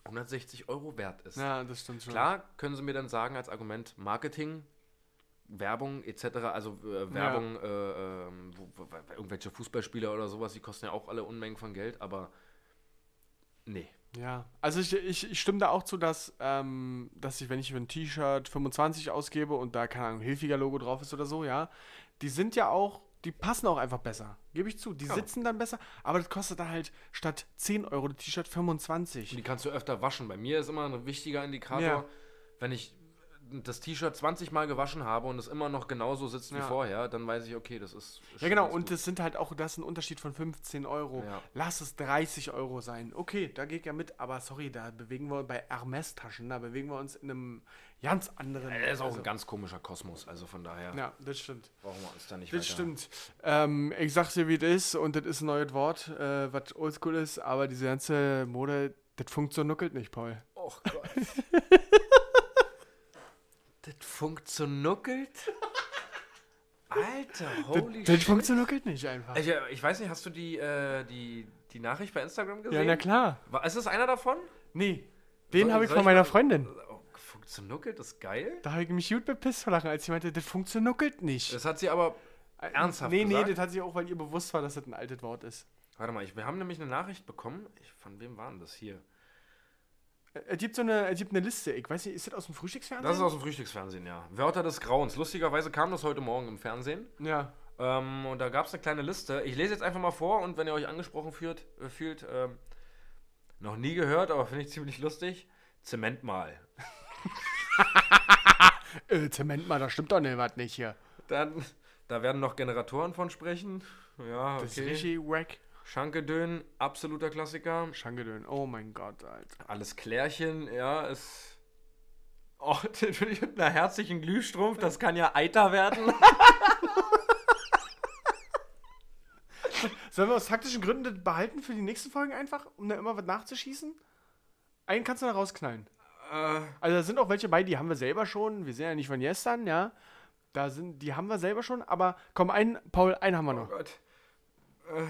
Speaker 1: 160 Euro wert ist.
Speaker 2: ja, das stimmt schon.
Speaker 1: Klar können sie mir dann sagen als Argument Marketing, Werbung etc., also äh, Werbung, äh, ähm, wo, wo, wo, irgendwelche Fußballspieler oder sowas, die kosten ja auch alle Unmengen von Geld, aber nee.
Speaker 2: Ja, also ich, ich, ich stimme da auch zu, dass, ähm, dass ich, wenn ich für ein T-Shirt 25 ausgebe und da, keine Ahnung, hilfiger Logo drauf ist oder so, ja, die sind ja auch, die passen auch einfach besser. Gebe ich zu. Die
Speaker 1: Ja.
Speaker 2: sitzen dann besser, aber das kostet dann halt statt 10 Euro das T-Shirt
Speaker 1: Und
Speaker 2: 25.
Speaker 1: die kannst du öfter waschen. Bei mir ist immer ein wichtiger Indikator,
Speaker 2: Ja.
Speaker 1: wenn ich das T-Shirt 20 Mal gewaschen habe und es immer noch genauso sitzt wie
Speaker 2: Ja.
Speaker 1: vorher, dann weiß ich, okay, das ist.
Speaker 2: Ja,
Speaker 1: schon
Speaker 2: genau,
Speaker 1: ganz
Speaker 2: und
Speaker 1: gut.
Speaker 2: das sind halt auch, das ist ein Unterschied von 15 Euro.
Speaker 1: Ja.
Speaker 2: Lass es 30 Euro sein. Okay, da geht ja mit, aber sorry, da bewegen wir bei Hermes-Taschen, da bewegen wir uns in einem ganz anderen.
Speaker 1: Er ist auch
Speaker 2: also,
Speaker 1: ein ganz komischer Kosmos, also von daher
Speaker 2: Ja, das stimmt.
Speaker 1: brauchen wir uns da nicht
Speaker 2: Das
Speaker 1: weiter.
Speaker 2: stimmt. Ähm, ich sag's dir, wie das ist, und das ist ein neues Wort, äh, was oldschool ist, aber diese ganze Mode, das funktioniert nicht, Paul.
Speaker 1: Och Oh Gott. das funktioniert? Alter, holy
Speaker 2: Das
Speaker 1: shit.
Speaker 2: funktioniert nicht einfach.
Speaker 1: Ich, äh, ich weiß nicht, hast du die, äh, die, die Nachricht bei Instagram gesehen?
Speaker 2: Ja, na klar.
Speaker 1: War, ist das einer davon?
Speaker 2: Nee. Den
Speaker 1: Soll-
Speaker 2: habe ich
Speaker 1: soll
Speaker 2: von
Speaker 1: ich
Speaker 2: meiner
Speaker 1: mal-
Speaker 2: Freundin.
Speaker 1: Oh, funktioniert ist geil.
Speaker 2: Da habe ich mich gut bepisst vor Lachen, als sie meinte, das funktioniert nicht. Äh,
Speaker 1: Das hat sie aber Äh, ernsthaft
Speaker 2: Nee, nee,
Speaker 1: gesagt?
Speaker 2: das hat sie auch, weil ihr bewusst war, dass das ein altes Wort ist.
Speaker 1: Warte mal, ich, wir haben nämlich eine Nachricht bekommen. Ich, von wem war denn das hier?
Speaker 2: Äh, Es gibt so eine, es gibt eine Liste. Ich weiß nicht, ist das aus dem Frühstücksfernsehen?
Speaker 1: Das ist aus dem Frühstücksfernsehen, ja. Wörter des Grauens. Lustigerweise kam das heute Morgen im Fernsehen.
Speaker 2: Ja.
Speaker 1: Ähm, und da gab es eine kleine Liste. Ich lese jetzt einfach mal vor und wenn ihr euch angesprochen fühlt, äh, fühlt ähm, noch nie gehört, aber finde ich ziemlich lustig. Zementmal.
Speaker 2: Äh, Zement mal, da stimmt doch nicht was nicht hier.
Speaker 1: Dann, da werden noch Generatoren von sprechen. Ja,
Speaker 2: Das ist
Speaker 1: okay.
Speaker 2: richtig wack.
Speaker 1: Schankedön, absoluter Klassiker.
Speaker 2: Schangedön. Oh mein Gott, Alter.
Speaker 1: Alles Klärchen, ja, ist. Oh, den finde ich mit einer herzlichen Glühstrumpf, das kann ja Eiter werden.
Speaker 2: Sollen wir aus taktischen Gründen das behalten für die nächsten Folgen einfach, um da immer was nachzuschießen? Einen kannst du da rausknallen.
Speaker 1: äh,
Speaker 2: Also da sind auch welche bei, die haben wir selber schon. Wir sind ja nicht von gestern, ja. Da sind, die haben wir selber schon, aber komm, einen, Paul, einen haben wir
Speaker 1: oh
Speaker 2: noch.
Speaker 1: Gott. Äh,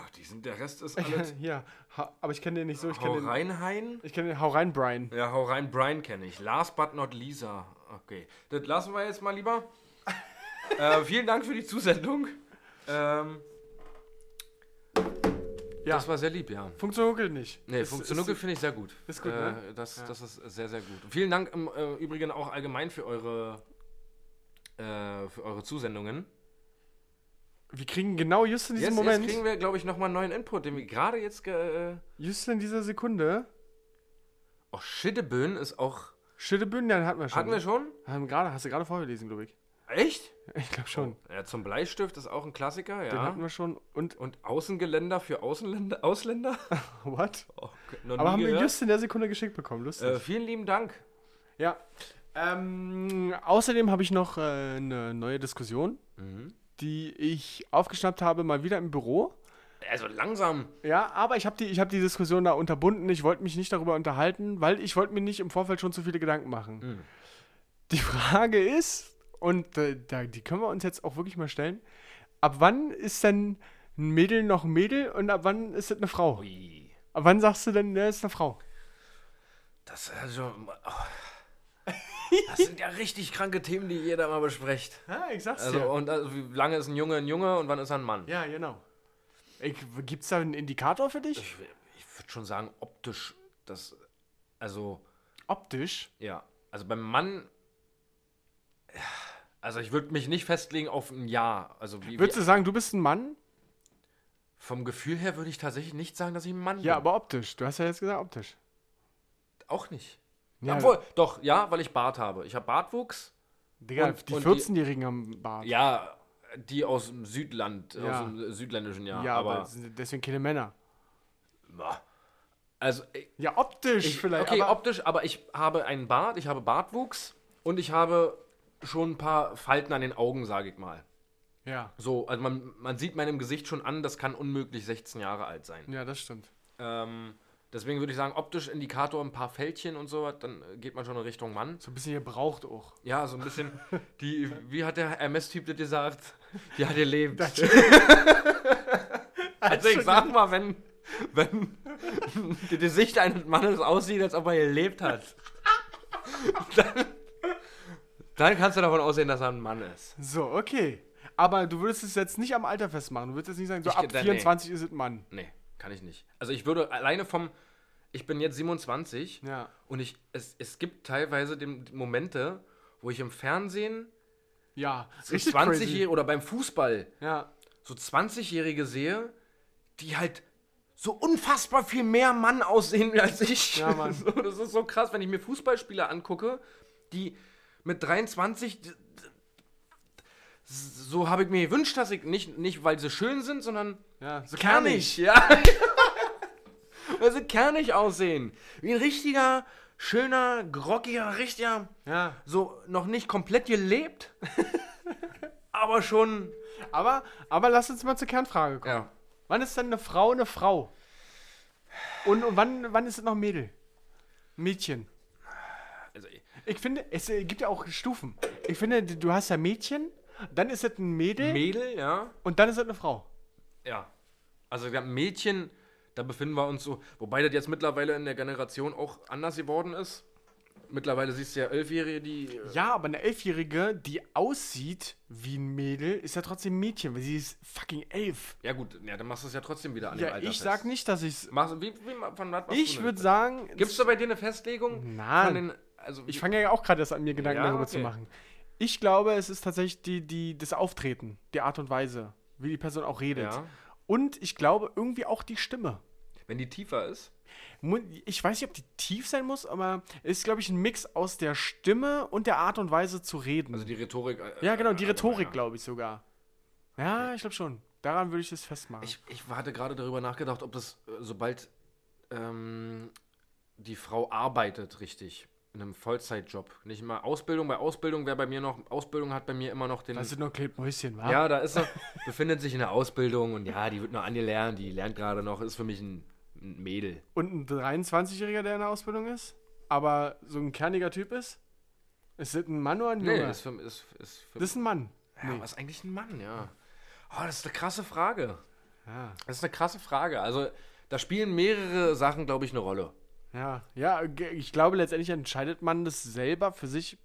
Speaker 1: ach, die sind, der Rest ist alles.
Speaker 2: ja, ha, aber ich kenne den nicht so, ich
Speaker 1: Hau
Speaker 2: kenne den.
Speaker 1: rein, Hein.
Speaker 2: Ich kenne den, hau rein, Brian.
Speaker 1: Ja, hau rein, Brian kenne ich. Last but not Lisa. Okay, das lassen wir jetzt mal lieber. äh, vielen Dank für die Zusendung. Ähm,
Speaker 2: Ja.
Speaker 1: Das war sehr lieb, ja.
Speaker 2: Funktioniert nicht.
Speaker 1: Nee,
Speaker 2: Ist-
Speaker 1: Funktionucke
Speaker 2: ist-
Speaker 1: finde ich sehr gut.
Speaker 2: ist gut,
Speaker 1: äh,
Speaker 2: ne?
Speaker 1: Das, das ist sehr, sehr gut. Und vielen Dank im äh, Übrigen auch allgemein für eure, äh, für eure Zusendungen.
Speaker 2: Wir kriegen genau just in diesem
Speaker 1: Jetzt,
Speaker 2: Moment,
Speaker 1: jetzt kriegen wir, glaube ich, nochmal einen neuen Input, den wir gerade jetzt. Ge äh,
Speaker 2: just in dieser Sekunde,
Speaker 1: oh, Schitteböen ist auch.
Speaker 2: Schüttebühnen, dann hatten wir schon.
Speaker 1: Hatten wir schon?
Speaker 2: Haben gerade, hast du gerade vorgelesen, glaube ich.
Speaker 1: Echt?
Speaker 2: Ich glaube schon.
Speaker 1: Ja, zum Bleistift ist auch ein Klassiker, ja.
Speaker 2: Den hatten wir schon. Und,
Speaker 1: Und Außengeländer für Außenländer, Ausländer?
Speaker 2: what?
Speaker 1: Oh, noch
Speaker 2: Aber haben wir
Speaker 1: gehört.
Speaker 2: just in der Sekunde geschickt bekommen, lustig.
Speaker 1: äh, vielen lieben Dank.
Speaker 2: Ja. Ähm, außerdem habe ich noch äh, eine neue Diskussion,
Speaker 1: Mhm.
Speaker 2: die ich aufgeschnappt habe, mal wieder im Büro.
Speaker 1: Also langsam.
Speaker 2: Ja, aber ich habe die, ich hab die Diskussion da unterbunden. Ich wollte mich nicht darüber unterhalten, weil ich wollte mir nicht im Vorfeld schon zu viele Gedanken machen.
Speaker 1: Mhm.
Speaker 2: Die Frage ist, und äh, da, die können wir uns jetzt auch wirklich mal stellen, ab wann ist denn ein Mädel noch ein Mädel und ab wann ist das eine Frau?
Speaker 1: Ui,
Speaker 2: Ab wann sagst du denn, der ist eine Frau?
Speaker 1: das, ist also, oh. das sind ja richtig kranke Themen, die jeder mal besprecht.
Speaker 2: Ja, ich sag's
Speaker 1: Also, und also, wie lange ist ein Junge ein Junge und wann ist er ein Mann?
Speaker 2: Ja, genau. Ich, gibt's da einen Indikator für dich?
Speaker 1: Ich, ich würde schon sagen, optisch, das, also,
Speaker 2: Äh, Optisch?
Speaker 1: ja. Also beim Mann, ja, also ich würde mich nicht festlegen auf ein Jahr. Also wie,
Speaker 2: Würdest
Speaker 1: wie,
Speaker 2: du sagen, du bist ein Mann?
Speaker 1: vom Gefühl her würde ich tatsächlich nicht sagen, dass ich ein Mann
Speaker 2: Ja,
Speaker 1: bin.
Speaker 2: aber optisch. Du hast ja jetzt gesagt optisch.
Speaker 1: Auch nicht.
Speaker 2: Ja,
Speaker 1: Obwohl, doch, ja, weil ich Bart habe. Ich habe Bartwuchs
Speaker 2: Digga,
Speaker 1: Und-
Speaker 2: die
Speaker 1: und die-
Speaker 2: 14-Jährigen haben Bart.
Speaker 1: Ja, die aus dem Südland,
Speaker 2: Ja.
Speaker 1: aus dem südländischen Jahr.
Speaker 2: Ja,
Speaker 1: aber.
Speaker 2: aber es sind deswegen keine Männer.
Speaker 1: Bah. Also, ich,
Speaker 2: Ja, optisch
Speaker 1: ich,
Speaker 2: vielleicht.
Speaker 1: okay,
Speaker 2: aber
Speaker 1: optisch, aber ich habe einen Bart, ich habe Bartwuchs und ich habe schon ein paar Falten an den Augen, sage ich mal.
Speaker 2: ja.
Speaker 1: So, also man, man sieht meinem Gesicht schon an, das kann unmöglich 16 Jahre alt sein.
Speaker 2: ja, das stimmt.
Speaker 1: Ähm, deswegen würde ich sagen, optisch Indikator, ein paar Fältchen und sowas, dann äh, geht man schon in Richtung Mann.
Speaker 2: So ein bisschen gebraucht auch.
Speaker 1: Ja, so ein bisschen, die, wie hat der MS-Typ das gesagt? Die hat ihr Leben. Also ich sag mal, wenn, wenn das Gesicht eines Mannes aussieht, als ob er gelebt hat, dann, dann kannst du davon ausgehen, dass er ein Mann ist.
Speaker 2: So, okay. Aber du würdest es jetzt nicht am Alter festmachen. Du würdest jetzt nicht sagen, so
Speaker 1: Ich-
Speaker 2: ab
Speaker 1: dann, nee.
Speaker 2: 24 ist es ein Mann.
Speaker 1: Nee, kann ich nicht. Also ich würde alleine vom, ich bin jetzt 27
Speaker 2: Ja.
Speaker 1: und ich, es, es gibt teilweise den, Momente, wo ich im Fernsehen
Speaker 2: Ja.
Speaker 1: so
Speaker 2: richtig
Speaker 1: 20-Jährige oder beim Fußball
Speaker 2: crazy. Ja.
Speaker 1: so 20-Jährige sehe, die halt so unfassbar viel mehr Mann aussehen als ich.
Speaker 2: Ja, Mann.
Speaker 1: So, das ist so krass, wenn ich mir Fußballspieler angucke, die mit 23 d- d- so habe ich mir gewünscht, dass ich nicht, nicht weil sie schön sind, sondern
Speaker 2: Ja. So
Speaker 1: kernig, ja. weil sie kernig Also aussehen. Wie ein richtiger, schöner, grockiger, richtiger,
Speaker 2: Ja.
Speaker 1: so noch nicht komplett gelebt, aber schon,
Speaker 2: Aber, aber lass uns mal zur Kernfrage kommen.
Speaker 1: ja.
Speaker 2: Wann ist denn eine Frau eine Frau? Und, und wann, wann ist es noch ein Mädel? Ein Mädchen.
Speaker 1: Also, ich-
Speaker 2: Ich finde, es äh, gibt ja auch Stufen. Ich finde, du hast ja Mädchen, dann ist es ein Mädel
Speaker 1: Mädel, ja.
Speaker 2: und dann ist es eine Frau.
Speaker 1: Ja. Also wir haben Mädchen, da befinden wir uns so, wobei das jetzt mittlerweile in der Generation auch anders geworden ist. Mittlerweile siehst du ja Elfjährige, die. äh,
Speaker 2: Ja, aber eine Elfjährige, die aussieht wie ein Mädel, ist ja trotzdem ein Mädchen, weil sie ist fucking elf.
Speaker 1: Ja gut, ja, dann machst du es ja trotzdem wieder an dem
Speaker 2: Ja,
Speaker 1: Alter
Speaker 2: ich
Speaker 1: fest.
Speaker 2: sag nicht, dass ich's.
Speaker 1: Machst, wie, wie, von was machst
Speaker 2: Ich
Speaker 1: du denn?
Speaker 2: würde sagen,
Speaker 1: Gibt's da bei dir eine Festlegung?
Speaker 2: Nein.
Speaker 1: Von den, also
Speaker 2: ich fange ja auch gerade erst an mir Gedanken
Speaker 1: Ja,
Speaker 2: darüber zu
Speaker 1: okay.
Speaker 2: machen. Ich glaube, es ist tatsächlich die, die, das Auftreten, die Art und Weise, wie die Person auch redet.
Speaker 1: Ja.
Speaker 2: Und ich glaube irgendwie auch die Stimme.
Speaker 1: wenn die tiefer ist.
Speaker 2: Mu- Ich weiß nicht, ob die tief sein muss, aber es ist, glaube ich, ein Mix aus der Stimme und der Art und Weise zu reden.
Speaker 1: Also die Rhetorik. äh,
Speaker 2: ja, genau, die
Speaker 1: äh,
Speaker 2: Rhetorik,
Speaker 1: ja.
Speaker 2: glaube ich sogar. Ja, ich glaube schon. Daran würde ich es festmachen.
Speaker 1: Ich, ich hatte gerade darüber nachgedacht, ob das, äh, sobald ähm, die Frau arbeitet, richtig, in einem Vollzeitjob, nicht mal Ausbildung, bei Ausbildung, wer bei mir noch, Ausbildung hat bei mir immer noch den.
Speaker 2: das sind nur Klebmäuschen, wa?
Speaker 1: ja, da ist er, befindet sich in der Ausbildung und ja, die wird noch angelernt, die lernt gerade noch, ist für mich ein, ein Mädel.
Speaker 2: Und ein 23-Jähriger, der in der Ausbildung ist, aber so ein kerniger Typ ist? Ist das ein Mann oder ein Junge?
Speaker 1: Nee, ist
Speaker 2: das
Speaker 1: für, ist, ist für
Speaker 2: ist ein Mann.
Speaker 1: ja, aber ist eigentlich ein Mann, ja. Oh, das ist eine krasse Frage.
Speaker 2: Ja,
Speaker 1: Das ist eine krasse Frage. Also, da spielen mehrere Sachen, glaube ich, eine Rolle.
Speaker 2: ja, ja ge- ich glaube, letztendlich entscheidet man das selber für sich.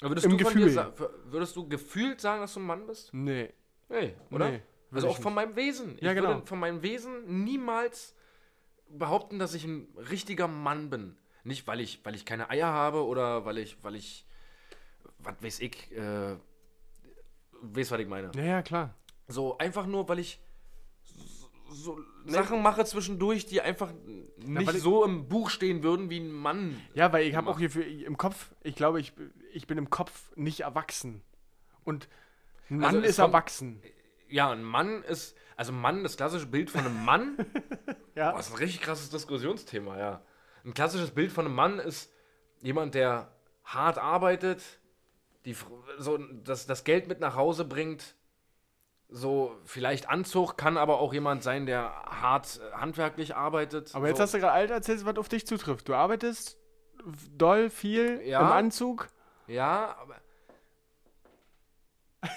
Speaker 1: Aber Würdest
Speaker 2: Im
Speaker 1: du Von
Speaker 2: Gefühl.
Speaker 1: dir, sa- würdest du gefühlt sagen, dass du ein Mann bist?
Speaker 2: Nee.
Speaker 1: Nee, oder?
Speaker 2: Nee, würd
Speaker 1: also
Speaker 2: ich
Speaker 1: auch von meinem Wesen.
Speaker 2: Ja,
Speaker 1: ich
Speaker 2: genau.
Speaker 1: würde von meinem Wesen niemals behaupten, dass ich ein richtiger Mann bin. Nicht, weil ich, weil ich keine Eier habe oder weil ich, weil ich, was weiß ich, äh, weiß, was ich meine.
Speaker 2: Ja, ja, klar.
Speaker 1: So, einfach nur, weil ich so, so Sachen mache zwischendurch, die einfach nicht
Speaker 2: weil ich-
Speaker 1: so im Buch stehen würden wie ein Mann.
Speaker 2: Ja, weil ich habe auch hier für, im Kopf, ich glaube, ich, ich bin im Kopf nicht erwachsen. Und ein Mann
Speaker 1: Also es
Speaker 2: ist
Speaker 1: kommt-
Speaker 2: erwachsen.
Speaker 1: Ja, ein Mann ist, also Mann, das klassische Bild von einem Mann
Speaker 2: Ja.
Speaker 1: Boah, das ist ein richtig krasses Diskussionsthema, ja. Ein klassisches Bild von einem Mann ist jemand, der hart arbeitet, die, Fr- so, das, das Geld mit nach Hause bringt, so vielleicht Anzug, kann aber auch jemand sein, der hart äh, handwerklich arbeitet.
Speaker 2: Aber jetzt
Speaker 1: so.
Speaker 2: hast du gerade alt erzählt, was auf dich zutrifft. Du arbeitest f- doll, viel,
Speaker 1: Ja.
Speaker 2: im Anzug.
Speaker 1: Ja, aber.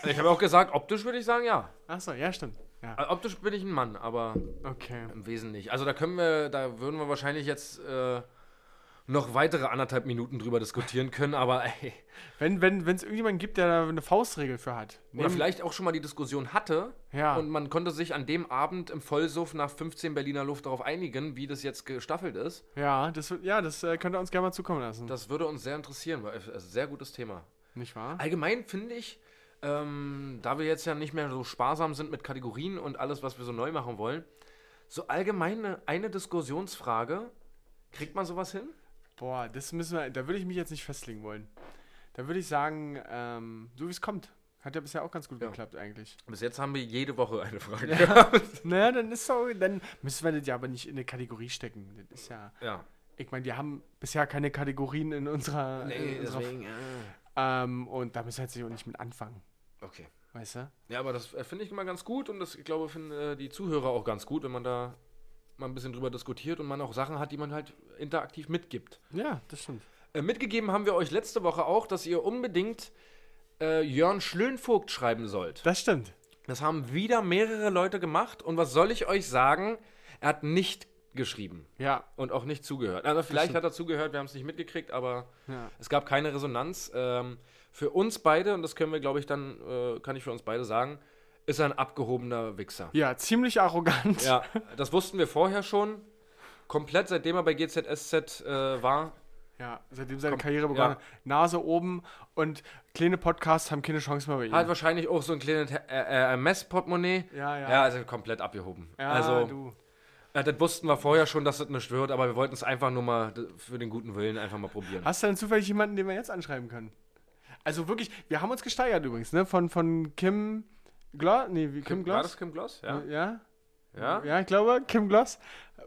Speaker 1: Ich habe auch gesagt, optisch würde ich sagen, ja.
Speaker 2: Achso, ja, stimmt. Ja.
Speaker 1: Also Optisch bin ich ein Mann, aber
Speaker 2: Okay.
Speaker 1: im Wesen nicht. Also da können wir, da würden wir wahrscheinlich jetzt äh, noch weitere anderthalb Minuten drüber diskutieren können, aber ey.
Speaker 2: Wenn es wenn, wenn's irgendjemanden gibt, der da eine Faustregel für hat.
Speaker 1: Oder vielleicht auch schon mal die Diskussion hatte
Speaker 2: Ja.
Speaker 1: und man konnte sich an dem Abend im Vollsuff nach 15 Berliner Luft darauf einigen, wie das jetzt gestaffelt ist.
Speaker 2: Ja, das, wird- ja, das äh, könnt ihr uns gerne mal zukommen lassen.
Speaker 1: Das würde uns sehr interessieren, weil es ist ein sehr gutes Thema.
Speaker 2: nicht wahr?
Speaker 1: Allgemein finde ich, ähm, da wir jetzt ja nicht mehr so sparsam sind mit Kategorien und alles, was wir so neu machen wollen, so allgemeine eine Diskussionsfrage, kriegt man sowas hin?
Speaker 2: Boah, das müssen wir, da würde ich mich jetzt nicht festlegen wollen. Da würde ich sagen, ähm, so wie es kommt. Hat ja bisher auch ganz gut geklappt eigentlich.
Speaker 1: Bis jetzt haben wir jede Woche eine Frage.
Speaker 2: Naja, dann ist so, dann müssen wir das ja aber nicht in eine Kategorie stecken. Das ist ja.
Speaker 1: ja.
Speaker 2: Ich meine, wir haben bisher keine Kategorien in unserer.
Speaker 1: Äh,
Speaker 2: in unserer ähm, und da müssen wir jetzt auch nicht mit anfangen.
Speaker 1: Okay.
Speaker 2: Weißt du?
Speaker 1: Ja, aber das äh, finde ich immer ganz gut und das, ich glaube, finden äh, die Zuhörer auch ganz gut, wenn man da mal ein bisschen drüber diskutiert und man auch Sachen hat, die man halt interaktiv mitgibt.
Speaker 2: Ja, das stimmt.
Speaker 1: Äh, mitgegeben haben wir euch letzte Woche auch, dass ihr unbedingt äh, Jörn Schlönvogt schreiben sollt.
Speaker 2: Das stimmt.
Speaker 1: Das haben wieder mehrere Leute gemacht und was soll ich euch sagen? Er hat nicht geschrieben
Speaker 2: Ja.
Speaker 1: und auch nicht zugehört. Also vielleicht
Speaker 2: stimmt.
Speaker 1: hat er zugehört, wir haben es nicht mitgekriegt, aber
Speaker 2: Ja.
Speaker 1: es gab keine Resonanz. Ähm, für uns beide, und das können wir, glaube ich, dann, äh, kann ich für uns beide sagen, ist er ein abgehobener Wichser.
Speaker 2: Ja, ziemlich arrogant.
Speaker 1: Ja, das wussten wir vorher schon. Komplett, seitdem er bei GZSZ äh, war.
Speaker 2: Ja, seitdem seine Karriere begonnen
Speaker 1: ja.
Speaker 2: hat. Nase oben und kleine Podcasts haben keine Chance mehr bei ihm.
Speaker 1: Hat wahrscheinlich auch so ein kleines äh, äh, Messportemonnaie.
Speaker 2: Ja, ja.
Speaker 1: Ja, also komplett abgehoben.
Speaker 2: ja,
Speaker 1: also,
Speaker 2: du.
Speaker 1: Äh, das wussten wir vorher schon, dass das nicht wird, aber wir wollten es einfach nur mal d- für den guten Willen einfach mal probieren.
Speaker 2: Hast du denn zufällig jemanden, den wir jetzt anschreiben können? Also wirklich, wir haben uns gesteigert übrigens, ne? Von, von Kim Gloss. Nee, wie Kim,
Speaker 1: War
Speaker 2: Gloss?
Speaker 1: das Kim Gloss? Ja.
Speaker 2: Ja?
Speaker 1: Ja.
Speaker 2: Ja, ich glaube, Kim Gloss.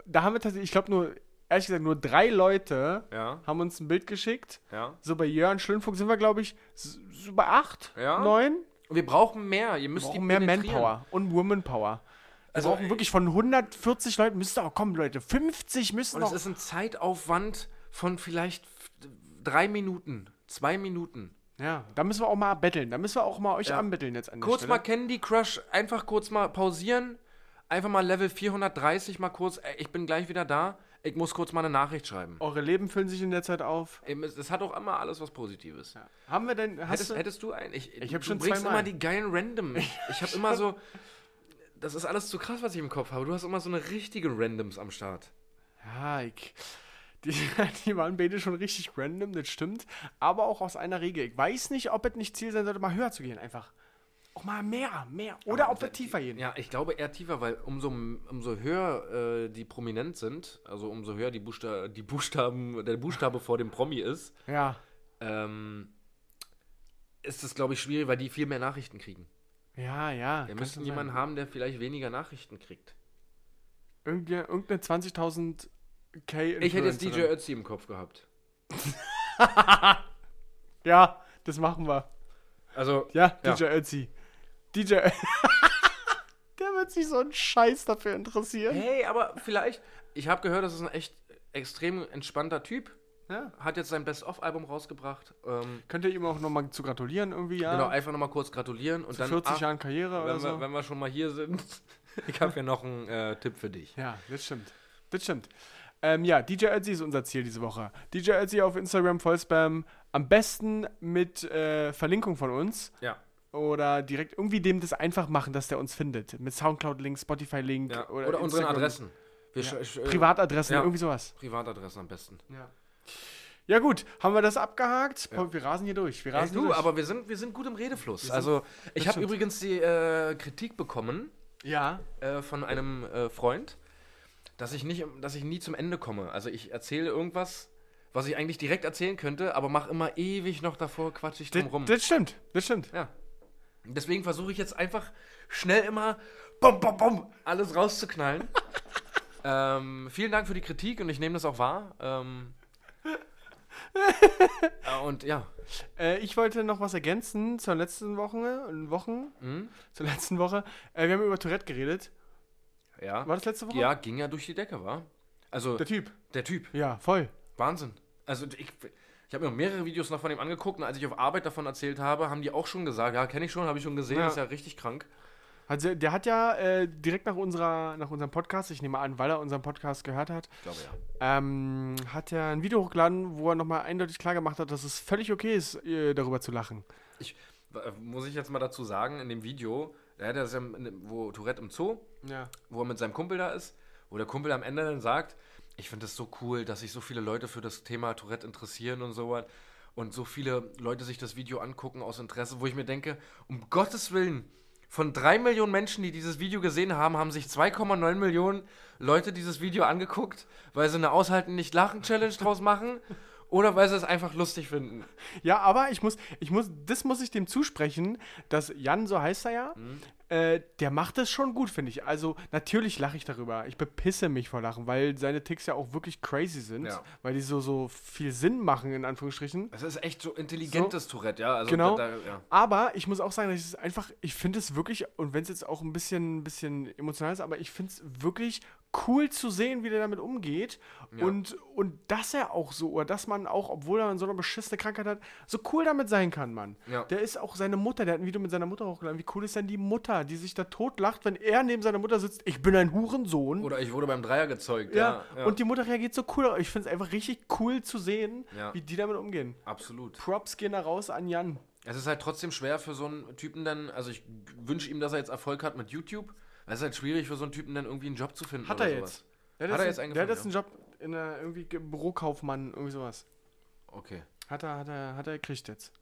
Speaker 2: Da haben wir tatsächlich, ich glaube nur, ehrlich gesagt, nur drei Leute
Speaker 1: Ja.
Speaker 2: haben uns ein Bild geschickt.
Speaker 1: Ja.
Speaker 2: So bei Jörn Schlönfunk sind wir, glaube ich, s- so bei acht,
Speaker 1: Ja.
Speaker 2: neun.
Speaker 1: Und wir brauchen mehr. Ihr müsst
Speaker 2: Wir
Speaker 1: die
Speaker 2: brauchen mehr
Speaker 1: penetrieren.
Speaker 2: Manpower und Womanpower. Wir
Speaker 1: Also,
Speaker 2: brauchen wirklich von 140 Leuten, müsste auch kommen, Leute. 50 müssen
Speaker 1: Und es
Speaker 2: noch.
Speaker 1: ist ein Zeitaufwand von vielleicht f- drei Minuten, zwei Minuten.
Speaker 2: Ja, da müssen wir auch mal betteln. Da müssen wir auch mal euch
Speaker 1: Ja.
Speaker 2: anbetteln jetzt an der
Speaker 1: Kurz
Speaker 2: Stelle.
Speaker 1: mal Candy Crush, einfach kurz mal pausieren. Einfach mal Level 430 mal kurz. Ey, Ich bin gleich wieder da. Ich muss kurz mal eine Nachricht schreiben.
Speaker 2: Eure Leben füllen sich in der Zeit auf.
Speaker 1: Ey, es- Es hat auch immer alles was Positives.
Speaker 2: Haben wir denn. Hast
Speaker 1: Hättest,
Speaker 2: du,
Speaker 1: hättest du einen? Ich,
Speaker 2: Ich hab
Speaker 1: du
Speaker 2: schon
Speaker 1: bringst
Speaker 2: zweimal.
Speaker 1: immer die geilen Random. Ich habe immer so. Das ist alles zu krass, was ich im Kopf habe. Du hast immer so eine richtige Randoms am Start.
Speaker 2: ja, ich, die, die waren beide schon richtig random, das stimmt. Aber auch aus einer Regel. Ich weiß nicht, ob es nicht Ziel sein sollte, mal höher zu gehen, einfach. Auch mal mehr, mehr. Oder ob wir tiefer gehen.
Speaker 1: Ja, ich glaube eher tiefer, weil umso, umso höher äh, die prominent sind, also umso höher die Buchsta die Buchstaben, der Buchstabe vor dem Promi ist,
Speaker 2: Ja.
Speaker 1: ähm, ist es, glaube ich, schwierig, weil die viel mehr Nachrichten kriegen.
Speaker 2: Ja, ja.
Speaker 1: Wir
Speaker 2: kann
Speaker 1: müssen
Speaker 2: schon
Speaker 1: jemanden
Speaker 2: sein.
Speaker 1: haben, der vielleicht weniger Nachrichten kriegt.
Speaker 2: Irgendwie, irgendeine 20.000 K
Speaker 1: Ich hätte jetzt DJ Ötzi im Kopf gehabt.
Speaker 2: Ja, das machen wir.
Speaker 1: Also,
Speaker 2: Ja,
Speaker 1: Ja.
Speaker 2: DJ Ötzi. DJ Ö- Der wird sich so einen Scheiß dafür interessieren.
Speaker 1: hey, aber vielleicht. Ich habe gehört, das ist ein echt extrem entspannter Typ.
Speaker 2: Ja.
Speaker 1: Hat jetzt sein Best-of-Album rausgebracht. Ähm,
Speaker 2: Könnt ihr ihm auch nochmal zu gratulieren irgendwie, ja?
Speaker 1: Genau, einfach nochmal kurz gratulieren und dann.
Speaker 2: 40
Speaker 1: ach,
Speaker 2: Jahren Karriere
Speaker 1: wenn,
Speaker 2: oder so.
Speaker 1: wir, wenn wir schon mal hier sind, ich habe ja noch einen äh, Tipp für dich.
Speaker 2: Ja, das stimmt. Das stimmt. Ähm, ja, DJ Ötzi ist unser Ziel diese Woche. DJ Ötzi auf Instagram vollspam. Am besten mit äh, Verlinkung von uns
Speaker 1: Ja.
Speaker 2: oder direkt irgendwie dem das einfach machen, dass der uns findet. Mit Soundcloud-Link, Spotify-Link
Speaker 1: ja. Oder,
Speaker 2: oder,
Speaker 1: unseren
Speaker 2: Instagram-
Speaker 1: Adressen. Wir sch- sch- äh,
Speaker 2: Privatadressen,
Speaker 1: Ja.
Speaker 2: irgendwie sowas.
Speaker 1: Privatadressen am besten.
Speaker 2: Ja. Ja, gut, haben wir das abgehakt? Paul, Wir rasen hier durch. Wir rasen
Speaker 1: Ey,
Speaker 2: hier
Speaker 1: du,
Speaker 2: durch.
Speaker 1: aber wir sind, wir sind gut im Redefluss. also, ich habe
Speaker 2: stimmt.
Speaker 1: übrigens die äh, Kritik bekommen
Speaker 2: Ja.
Speaker 1: äh, von einem äh, Freund, dass ich, nicht, dass ich nie zum Ende komme. Also, ich erzähle irgendwas, was ich eigentlich direkt erzählen könnte, aber mache immer ewig noch davor, quatsch ich
Speaker 2: Das,
Speaker 1: drum rum.
Speaker 2: das stimmt, das stimmt.
Speaker 1: Ja. Deswegen versuche ich jetzt einfach schnell immer bum, bum, bum, alles rauszuknallen. ähm, vielen Dank für die Kritik und ich nehme das auch wahr. Ähm, äh, und ja,
Speaker 2: Äh, ich wollte noch was ergänzen zur letzten Woche. Wochen, Zur letzten Woche. Äh, wir haben über Tourette geredet.
Speaker 1: ja.
Speaker 2: War das letzte Woche?
Speaker 1: Ja, ging ja durch die Decke, war. Also,
Speaker 2: Der Typ.
Speaker 1: der Typ,
Speaker 2: Ja, voll.
Speaker 1: Wahnsinn. Also, ich, ich habe mir noch mehrere Videos noch von ihm angeguckt und als ich auf Arbeit davon erzählt habe, haben die auch schon gesagt, ja, kenne ich schon, habe ich schon gesehen,
Speaker 2: Ja.
Speaker 1: ist ja richtig krank.
Speaker 2: Also, der hat ja äh, direkt nach, unserer, nach unserem Podcast, ich nehme an, weil er unseren Podcast gehört hat,
Speaker 1: Ich glaube ja.
Speaker 2: ähm, hat er ein Video hochgeladen, wo er nochmal eindeutig klar gemacht hat, dass es völlig okay ist, äh, darüber zu lachen.
Speaker 1: Ich, w- muss ich jetzt mal dazu sagen, in dem Video, da hat er das ja, in- wo Tourette im Zoo,
Speaker 2: Ja.
Speaker 1: wo er mit seinem Kumpel da ist, wo der Kumpel am Ende dann sagt, ich finde es so cool, dass sich so viele Leute für das Thema Tourette interessieren und so was. Und so viele Leute sich das Video angucken aus Interesse, wo ich mir denke, um Gottes Willen, von drei Millionen Menschen, die dieses Video gesehen haben, haben sich 2,9 Millionen Leute dieses Video angeguckt, weil sie eine Aushalten nicht Lachen Challenge draus machen oder weil sie es einfach lustig finden.
Speaker 2: Ja, aber ich muss, ich muss, das muss ich dem zusprechen, dass Jan, so heißt er ja, äh, der macht das schon gut, finde ich. Also natürlich lache ich darüber. Ich bepisse mich vor Lachen, weil seine Ticks ja auch wirklich crazy sind,
Speaker 1: Ja.
Speaker 2: weil die so, so viel Sinn machen, in Anführungsstrichen.
Speaker 1: Es ist echt so intelligentes Tourette, ja. Also
Speaker 2: Genau.
Speaker 1: Da, da, ja.
Speaker 2: Aber ich muss auch sagen, dass ich es einfach, ich finde es wirklich, und wenn es jetzt auch ein bisschen, ein bisschen emotional ist, aber ich finde es wirklich cool zu sehen, wie der damit umgeht. Und, und dass er auch so, oder dass man auch, obwohl er so eine beschissene Krankheit hat, so cool damit sein kann, Mann.
Speaker 1: Ja.
Speaker 2: Der ist auch seine Mutter, der hat ein Video mit seiner Mutter hochgeladen. Wie cool ist denn die Mutter, die sich da totlacht, wenn er neben seiner Mutter sitzt, ich bin ein Hurensohn.
Speaker 1: Oder ich wurde beim Dreier gezeugt,
Speaker 2: ja,
Speaker 1: ja. ja.
Speaker 2: und die Mutter reagiert so cool. Ich finde es einfach richtig cool zu sehen,
Speaker 1: Ja.
Speaker 2: wie die damit umgehen.
Speaker 1: Absolut.
Speaker 2: Props gehen da raus an Jan.
Speaker 1: Es ist halt trotzdem schwer für so einen Typen dann, also ich wünsche ihm, dass er jetzt Erfolg hat mit YouTube. Es ist halt schwierig für so einen Typen dann irgendwie einen Job zu finden.
Speaker 2: Hat
Speaker 1: oder
Speaker 2: er
Speaker 1: sowas.
Speaker 2: jetzt. Der
Speaker 1: Hat er
Speaker 2: jetzt
Speaker 1: jetzt
Speaker 2: Der
Speaker 1: angefangen,
Speaker 2: hat jetzt einen Job in einer irgendwie Ge- Bürokaufmann, irgendwie sowas.
Speaker 1: Okay.
Speaker 2: Hat er, hat er, hat er gekriegt jetzt.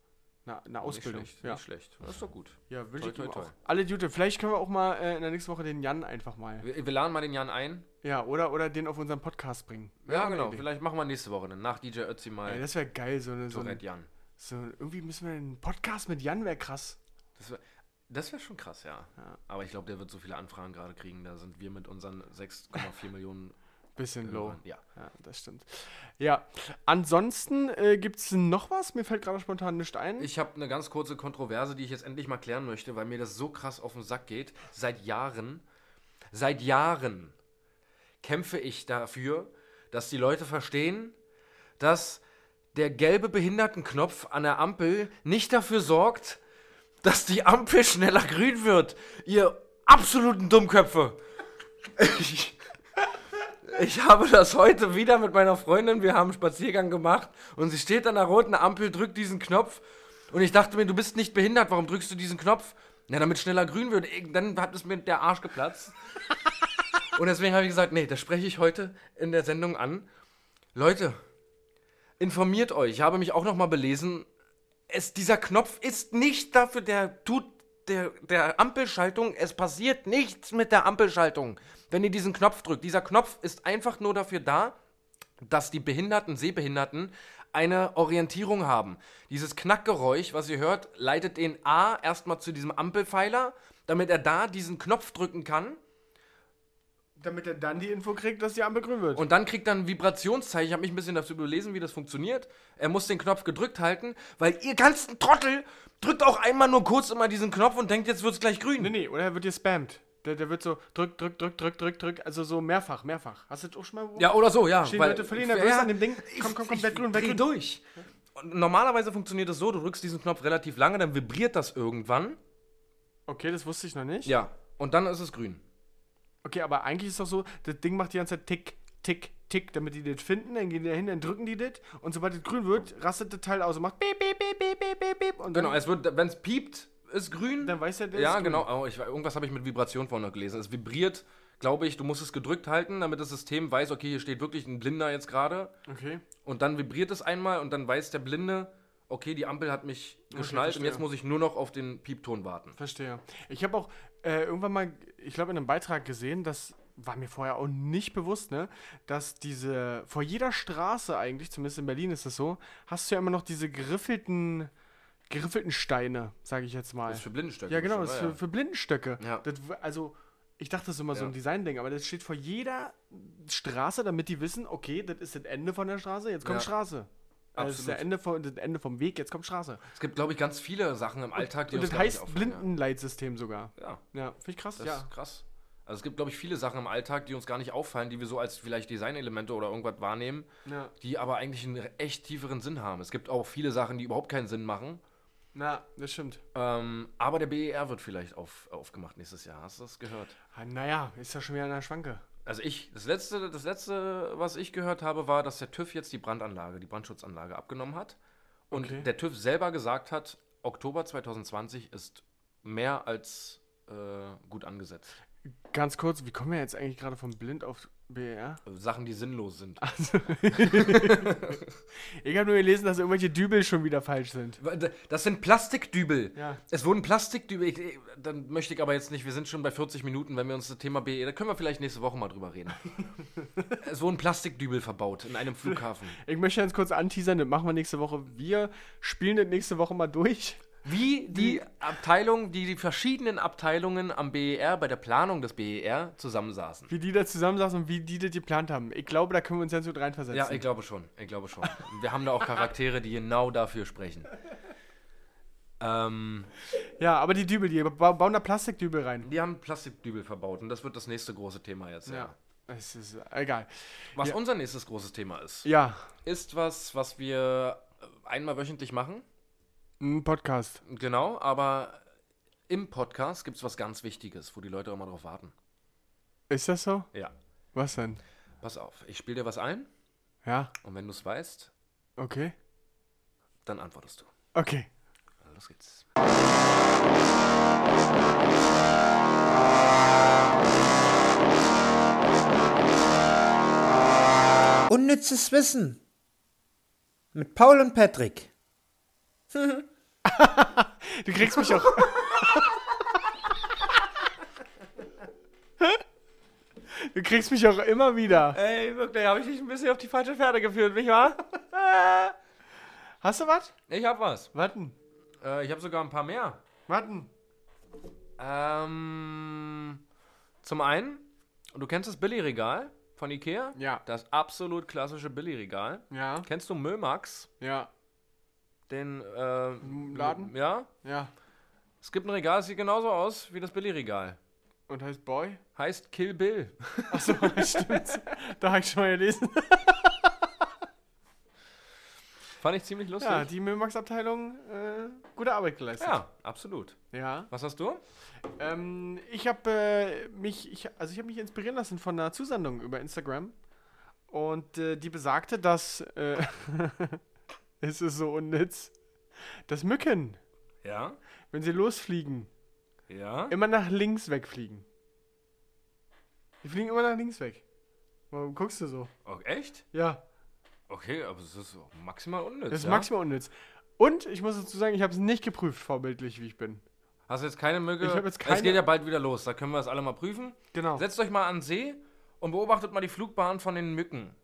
Speaker 2: Na, eine Ausbildung.
Speaker 1: Nicht schlecht.
Speaker 2: ja.
Speaker 1: Nicht schlecht. Das ist doch gut.
Speaker 2: ja, wünsche
Speaker 1: Toi,
Speaker 2: ich ihm
Speaker 1: toi,
Speaker 2: auch.
Speaker 1: toi.
Speaker 2: Alle Jute, vielleicht können wir auch mal äh, in der nächsten Woche den Jan einfach mal.
Speaker 1: Wir, wir laden mal den Jan ein.
Speaker 2: Ja, oder, oder den auf unseren Podcast bringen.
Speaker 1: Ja, genau. Vielleicht machen wir nächste Woche dann nach DJ Ötzi
Speaker 2: Ey,
Speaker 1: mal
Speaker 2: das wäre geil, so eine. So, ein,
Speaker 1: Tourette Jan.
Speaker 2: so irgendwie müssen wir einen Podcast mit Jan, wäre krass.
Speaker 1: Das wäre das wär schon krass, ja. Aber ich glaube, der wird so viele Anfragen gerade kriegen. Da sind wir mit unseren 6,4 Millionen.
Speaker 2: Bisschen low.
Speaker 1: Hörern. Ja.
Speaker 2: Ja, das stimmt. Ja, ansonsten äh, gibt es noch was? Mir fällt gerade spontan nichts ein.
Speaker 1: Ich habe eine ganz kurze Kontroverse, die ich jetzt endlich mal klären möchte, weil mir das so krass auf den Sack geht. Seit Jahren, seit Jahren kämpfe ich dafür, dass die Leute verstehen, dass der gelbe Behindertenknopf an der Ampel nicht dafür sorgt, dass die Ampel schneller grün wird. Ihr absoluten Dummköpfe. Ich, ich habe das heute wieder mit meiner Freundin. Wir haben einen Spaziergang gemacht und sie steht an der roten Ampel, drückt diesen Knopf. Und ich dachte mir, du bist nicht behindert. Warum drückst du diesen Knopf? Na, damit schneller grün wird. Ich- Dann hat es mir der Arsch geplatzt. Und deswegen habe ich gesagt, nee, das spreche ich heute in der Sendung an. Leute, informiert euch. Ich habe mich auch noch mal belesen. Es, dieser Knopf ist nicht dafür, der tut der, der Ampelschaltung. Es passiert nichts mit der Ampelschaltung, wenn ihr diesen Knopf drückt. Dieser Knopf ist einfach nur dafür da, dass die Behinderten, Sehbehinderten eine Orientierung haben. Dieses Knackgeräusch, was ihr hört, leitet den A erstmal zu diesem Ampelpfeiler, damit er da diesen Knopf drücken kann.
Speaker 2: Damit er dann die Info kriegt, dass die Ampel grün wird.
Speaker 1: Und dann kriegt er ein Vibrationszeichen. Ich habe mich ein bisschen dazu belesen, wie das funktioniert. Er muss den Knopf gedrückt halten, weil ihr ganzen Trottel drückt auch einmal nur kurz immer diesen Knopf und denkt, jetzt wird's gleich grün.
Speaker 2: Nee, nee, oder er wird gespammt. Der, der wird so drück, drück, drück, drück, drück, drück. Also so mehrfach, mehrfach. Hast du das auch schon mal beobachtet?
Speaker 1: Ja, oder so, ja.
Speaker 2: Stehen Leute völlig nervös an dem Ding.
Speaker 1: Ich-
Speaker 2: Komm, komm, komm,
Speaker 1: ich
Speaker 2: werd grün, werd
Speaker 1: dreh
Speaker 2: grün.
Speaker 1: durch. Und normalerweise funktioniert es so, du drückst diesen Knopf relativ lange, dann vibriert das irgendwann.
Speaker 2: Okay, das wusste ich noch nicht.
Speaker 1: Ja. Und dann ist es grün.
Speaker 2: Okay, aber eigentlich ist doch so, das Ding macht die ganze Zeit tick, tick, tick, damit die das finden. Dann gehen die da hin, dann drücken die das. Und sobald das grün wird, rastet das Teil aus und macht beep, beep, beep, beep, beep, beep, beep. Und
Speaker 1: Genau,
Speaker 2: dann,
Speaker 1: es wird, wenn es piept, ist grün.
Speaker 2: dann weiß er, der
Speaker 1: Ja,
Speaker 2: ist grün.
Speaker 1: genau. Oh, ich, irgendwas habe ich mit Vibration vorhin noch gelesen. Es vibriert, glaube ich, du musst es gedrückt halten, damit das System weiß, okay, hier steht wirklich ein Blinder jetzt gerade.
Speaker 2: Okay.
Speaker 1: Und dann vibriert es einmal und dann weiß der Blinde, okay, die Ampel hat mich geschnallt und
Speaker 2: verstehe.
Speaker 1: jetzt muss ich nur noch auf den Piepton warten.
Speaker 2: Verstehe. Ich habe auch äh, irgendwann mal, ich glaube, in einem Beitrag gesehen, das war mir vorher auch nicht bewusst, ne, dass diese, vor jeder Straße eigentlich, zumindest in Berlin ist das so, hast du ja immer noch diese geriffelten, geriffelten Steine, sage ich jetzt mal.
Speaker 1: Das ist für Blindenstöcke.
Speaker 2: ja, genau,
Speaker 1: bestimmt,
Speaker 2: das ist
Speaker 1: ja.
Speaker 2: für, für Blindenstöcke.
Speaker 1: Ja.
Speaker 2: Das, w- also, ich dachte, das ist immer so
Speaker 1: Ja.
Speaker 2: ein Design-Ding, aber das steht vor jeder Straße, damit die wissen, okay, das ist das Ende von der Straße, jetzt kommt
Speaker 1: Ja.
Speaker 2: Straße. Also Das ist
Speaker 1: Absolut.
Speaker 2: der Ende von, das Ende vom Weg, jetzt kommt Straße.
Speaker 1: Es gibt, glaube ich, ganz viele Sachen im Alltag, die
Speaker 2: Und
Speaker 1: uns
Speaker 2: das
Speaker 1: gar nicht
Speaker 2: heißt
Speaker 1: auffallen,
Speaker 2: Blindenleitsystem sogar.
Speaker 1: Ja. ja.
Speaker 2: Ja, finde ich krass,
Speaker 1: Das
Speaker 2: ja.
Speaker 1: ist krass. Also es gibt, glaube ich, viele Sachen im Alltag, die uns gar nicht auffallen, die wir so als vielleicht Designelemente oder irgendwas wahrnehmen,
Speaker 2: Ja.
Speaker 1: die aber eigentlich einen echt tieferen Sinn haben. Es gibt auch viele Sachen, die überhaupt keinen Sinn machen.
Speaker 2: Na, das stimmt.
Speaker 1: Ähm, aber der BER wird vielleicht auf, aufgemacht nächstes Jahr. Hast du das gehört?
Speaker 2: Ah, Naja, ist ja schon wieder an der Schwanke.
Speaker 1: Also ich, das letzte, das letzte, was ich gehört habe, war, dass der TÜV jetzt die Brandanlage, die Brandschutzanlage abgenommen hat. Und
Speaker 2: Okay.
Speaker 1: der TÜV selber gesagt hat, Oktober 2020 ist mehr als äh, gut angesetzt.
Speaker 2: Ganz kurz, wie kommen wir jetzt eigentlich gerade von blind auf BR?
Speaker 1: Also Sachen, die sinnlos sind.
Speaker 2: Ich habe nur gelesen, dass irgendwelche Dübel schon wieder falsch sind.
Speaker 1: Das sind Plastikdübel.
Speaker 2: Ja.
Speaker 1: Es wurden Plastikdübel. Ich, ich- dann möchte ich aber jetzt nicht, wir sind schon bei 40 Minuten, wenn wir uns das Thema BE, da können wir vielleicht nächste Woche mal drüber reden. es wurden Plastikdübel verbaut in einem Flughafen.
Speaker 2: Ich möchte ganz kurz anteasern, das machen wir nächste Woche. Wir spielen das nächste Woche mal durch.
Speaker 1: Wie die Abteilung, die die verschiedenen Abteilungen am BER bei der Planung des BER zusammensaßen.
Speaker 2: Wie die da zusammensaßen und wie die das geplant haben. Ich glaube, da können wir uns ganz gut reinversetzen.
Speaker 1: Ja, ich glaube schon. Ich glaube schon. Wir haben da auch Charaktere, die genau dafür sprechen. Ähm,
Speaker 2: Ja, aber die Dübel, die ba bauen da Plastikdübel rein.
Speaker 1: die haben Plastikdübel verbaut und das wird das nächste große Thema jetzt. Ja.
Speaker 2: Es ist egal.
Speaker 1: Was unser nächstes großes Thema ist,
Speaker 2: Ja,
Speaker 1: ist was, was wir einmal wöchentlich machen.
Speaker 2: ein Podcast.
Speaker 1: Genau, aber im Podcast gibt es was ganz Wichtiges, wo die Leute auch mal drauf warten.
Speaker 2: Ist das so?
Speaker 1: Ja.
Speaker 2: Was denn?
Speaker 1: Pass auf, ich spiele dir was ein
Speaker 2: Ja,
Speaker 1: und wenn du es weißt,
Speaker 2: okay.
Speaker 1: dann antwortest du.
Speaker 2: Okay.
Speaker 1: Los geht's.
Speaker 3: Unnützes Wissen. Mit Paul und Patrick.
Speaker 2: Du kriegst mich auch. Du kriegst mich auch immer wieder.
Speaker 1: Ey, wirklich, habe ich dich ein bisschen auf die falsche Pferde geführt, nicht wahr?
Speaker 2: Hast du was?
Speaker 1: Ich hab was.
Speaker 2: Warten.
Speaker 1: Äh, ich habe sogar ein paar mehr.
Speaker 2: Warten.
Speaker 1: Ähm, zum einen, du kennst das Billy-Regal von Ikea?
Speaker 2: Ja.
Speaker 1: Das absolut klassische Billy-Regal.
Speaker 2: Ja.
Speaker 1: Kennst du Mömax?
Speaker 2: Ja.
Speaker 1: Den äh,
Speaker 2: Laden?
Speaker 1: Ja.
Speaker 2: Ja.
Speaker 1: Es gibt ein Regal, das sieht genauso aus wie das Billy-Regal.
Speaker 2: Und heißt Boy?
Speaker 1: Heißt Kill Bill.
Speaker 2: Achso, stimmt. Da habe ich schon mal gelesen.
Speaker 1: Fand ich ziemlich lustig.
Speaker 2: Ja, die Müllmax-Abteilung, äh, gute Arbeit geleistet.
Speaker 1: Ja, absolut.
Speaker 2: Ja.
Speaker 1: Was hast du?
Speaker 2: Ähm, ich habe äh, mich, ich, also ich habe mich inspirieren lassen von einer Zusendung über Instagram und äh, die besagte, dass äh, es ist so unnütz, dass Mücken,
Speaker 1: Ja.
Speaker 2: wenn sie losfliegen,
Speaker 1: Ja.
Speaker 2: immer nach links wegfliegen. Die fliegen immer nach links weg. Warum guckst du so?
Speaker 1: Oh, echt?
Speaker 2: Ja,
Speaker 1: Okay, aber es ist maximal unnütz.
Speaker 2: das ist
Speaker 1: ja?
Speaker 2: maximal unnütz. Und ich muss dazu sagen, ich habe es nicht geprüft, vorbildlich, wie ich bin.
Speaker 1: Hast du jetzt keine Mücke?
Speaker 2: Ich hab jetzt keine-
Speaker 1: Es geht ja bald wieder los, da können wir das alle mal prüfen.
Speaker 2: Genau.
Speaker 1: Setzt euch mal an den See und beobachtet mal die Flugbahn von den Mücken.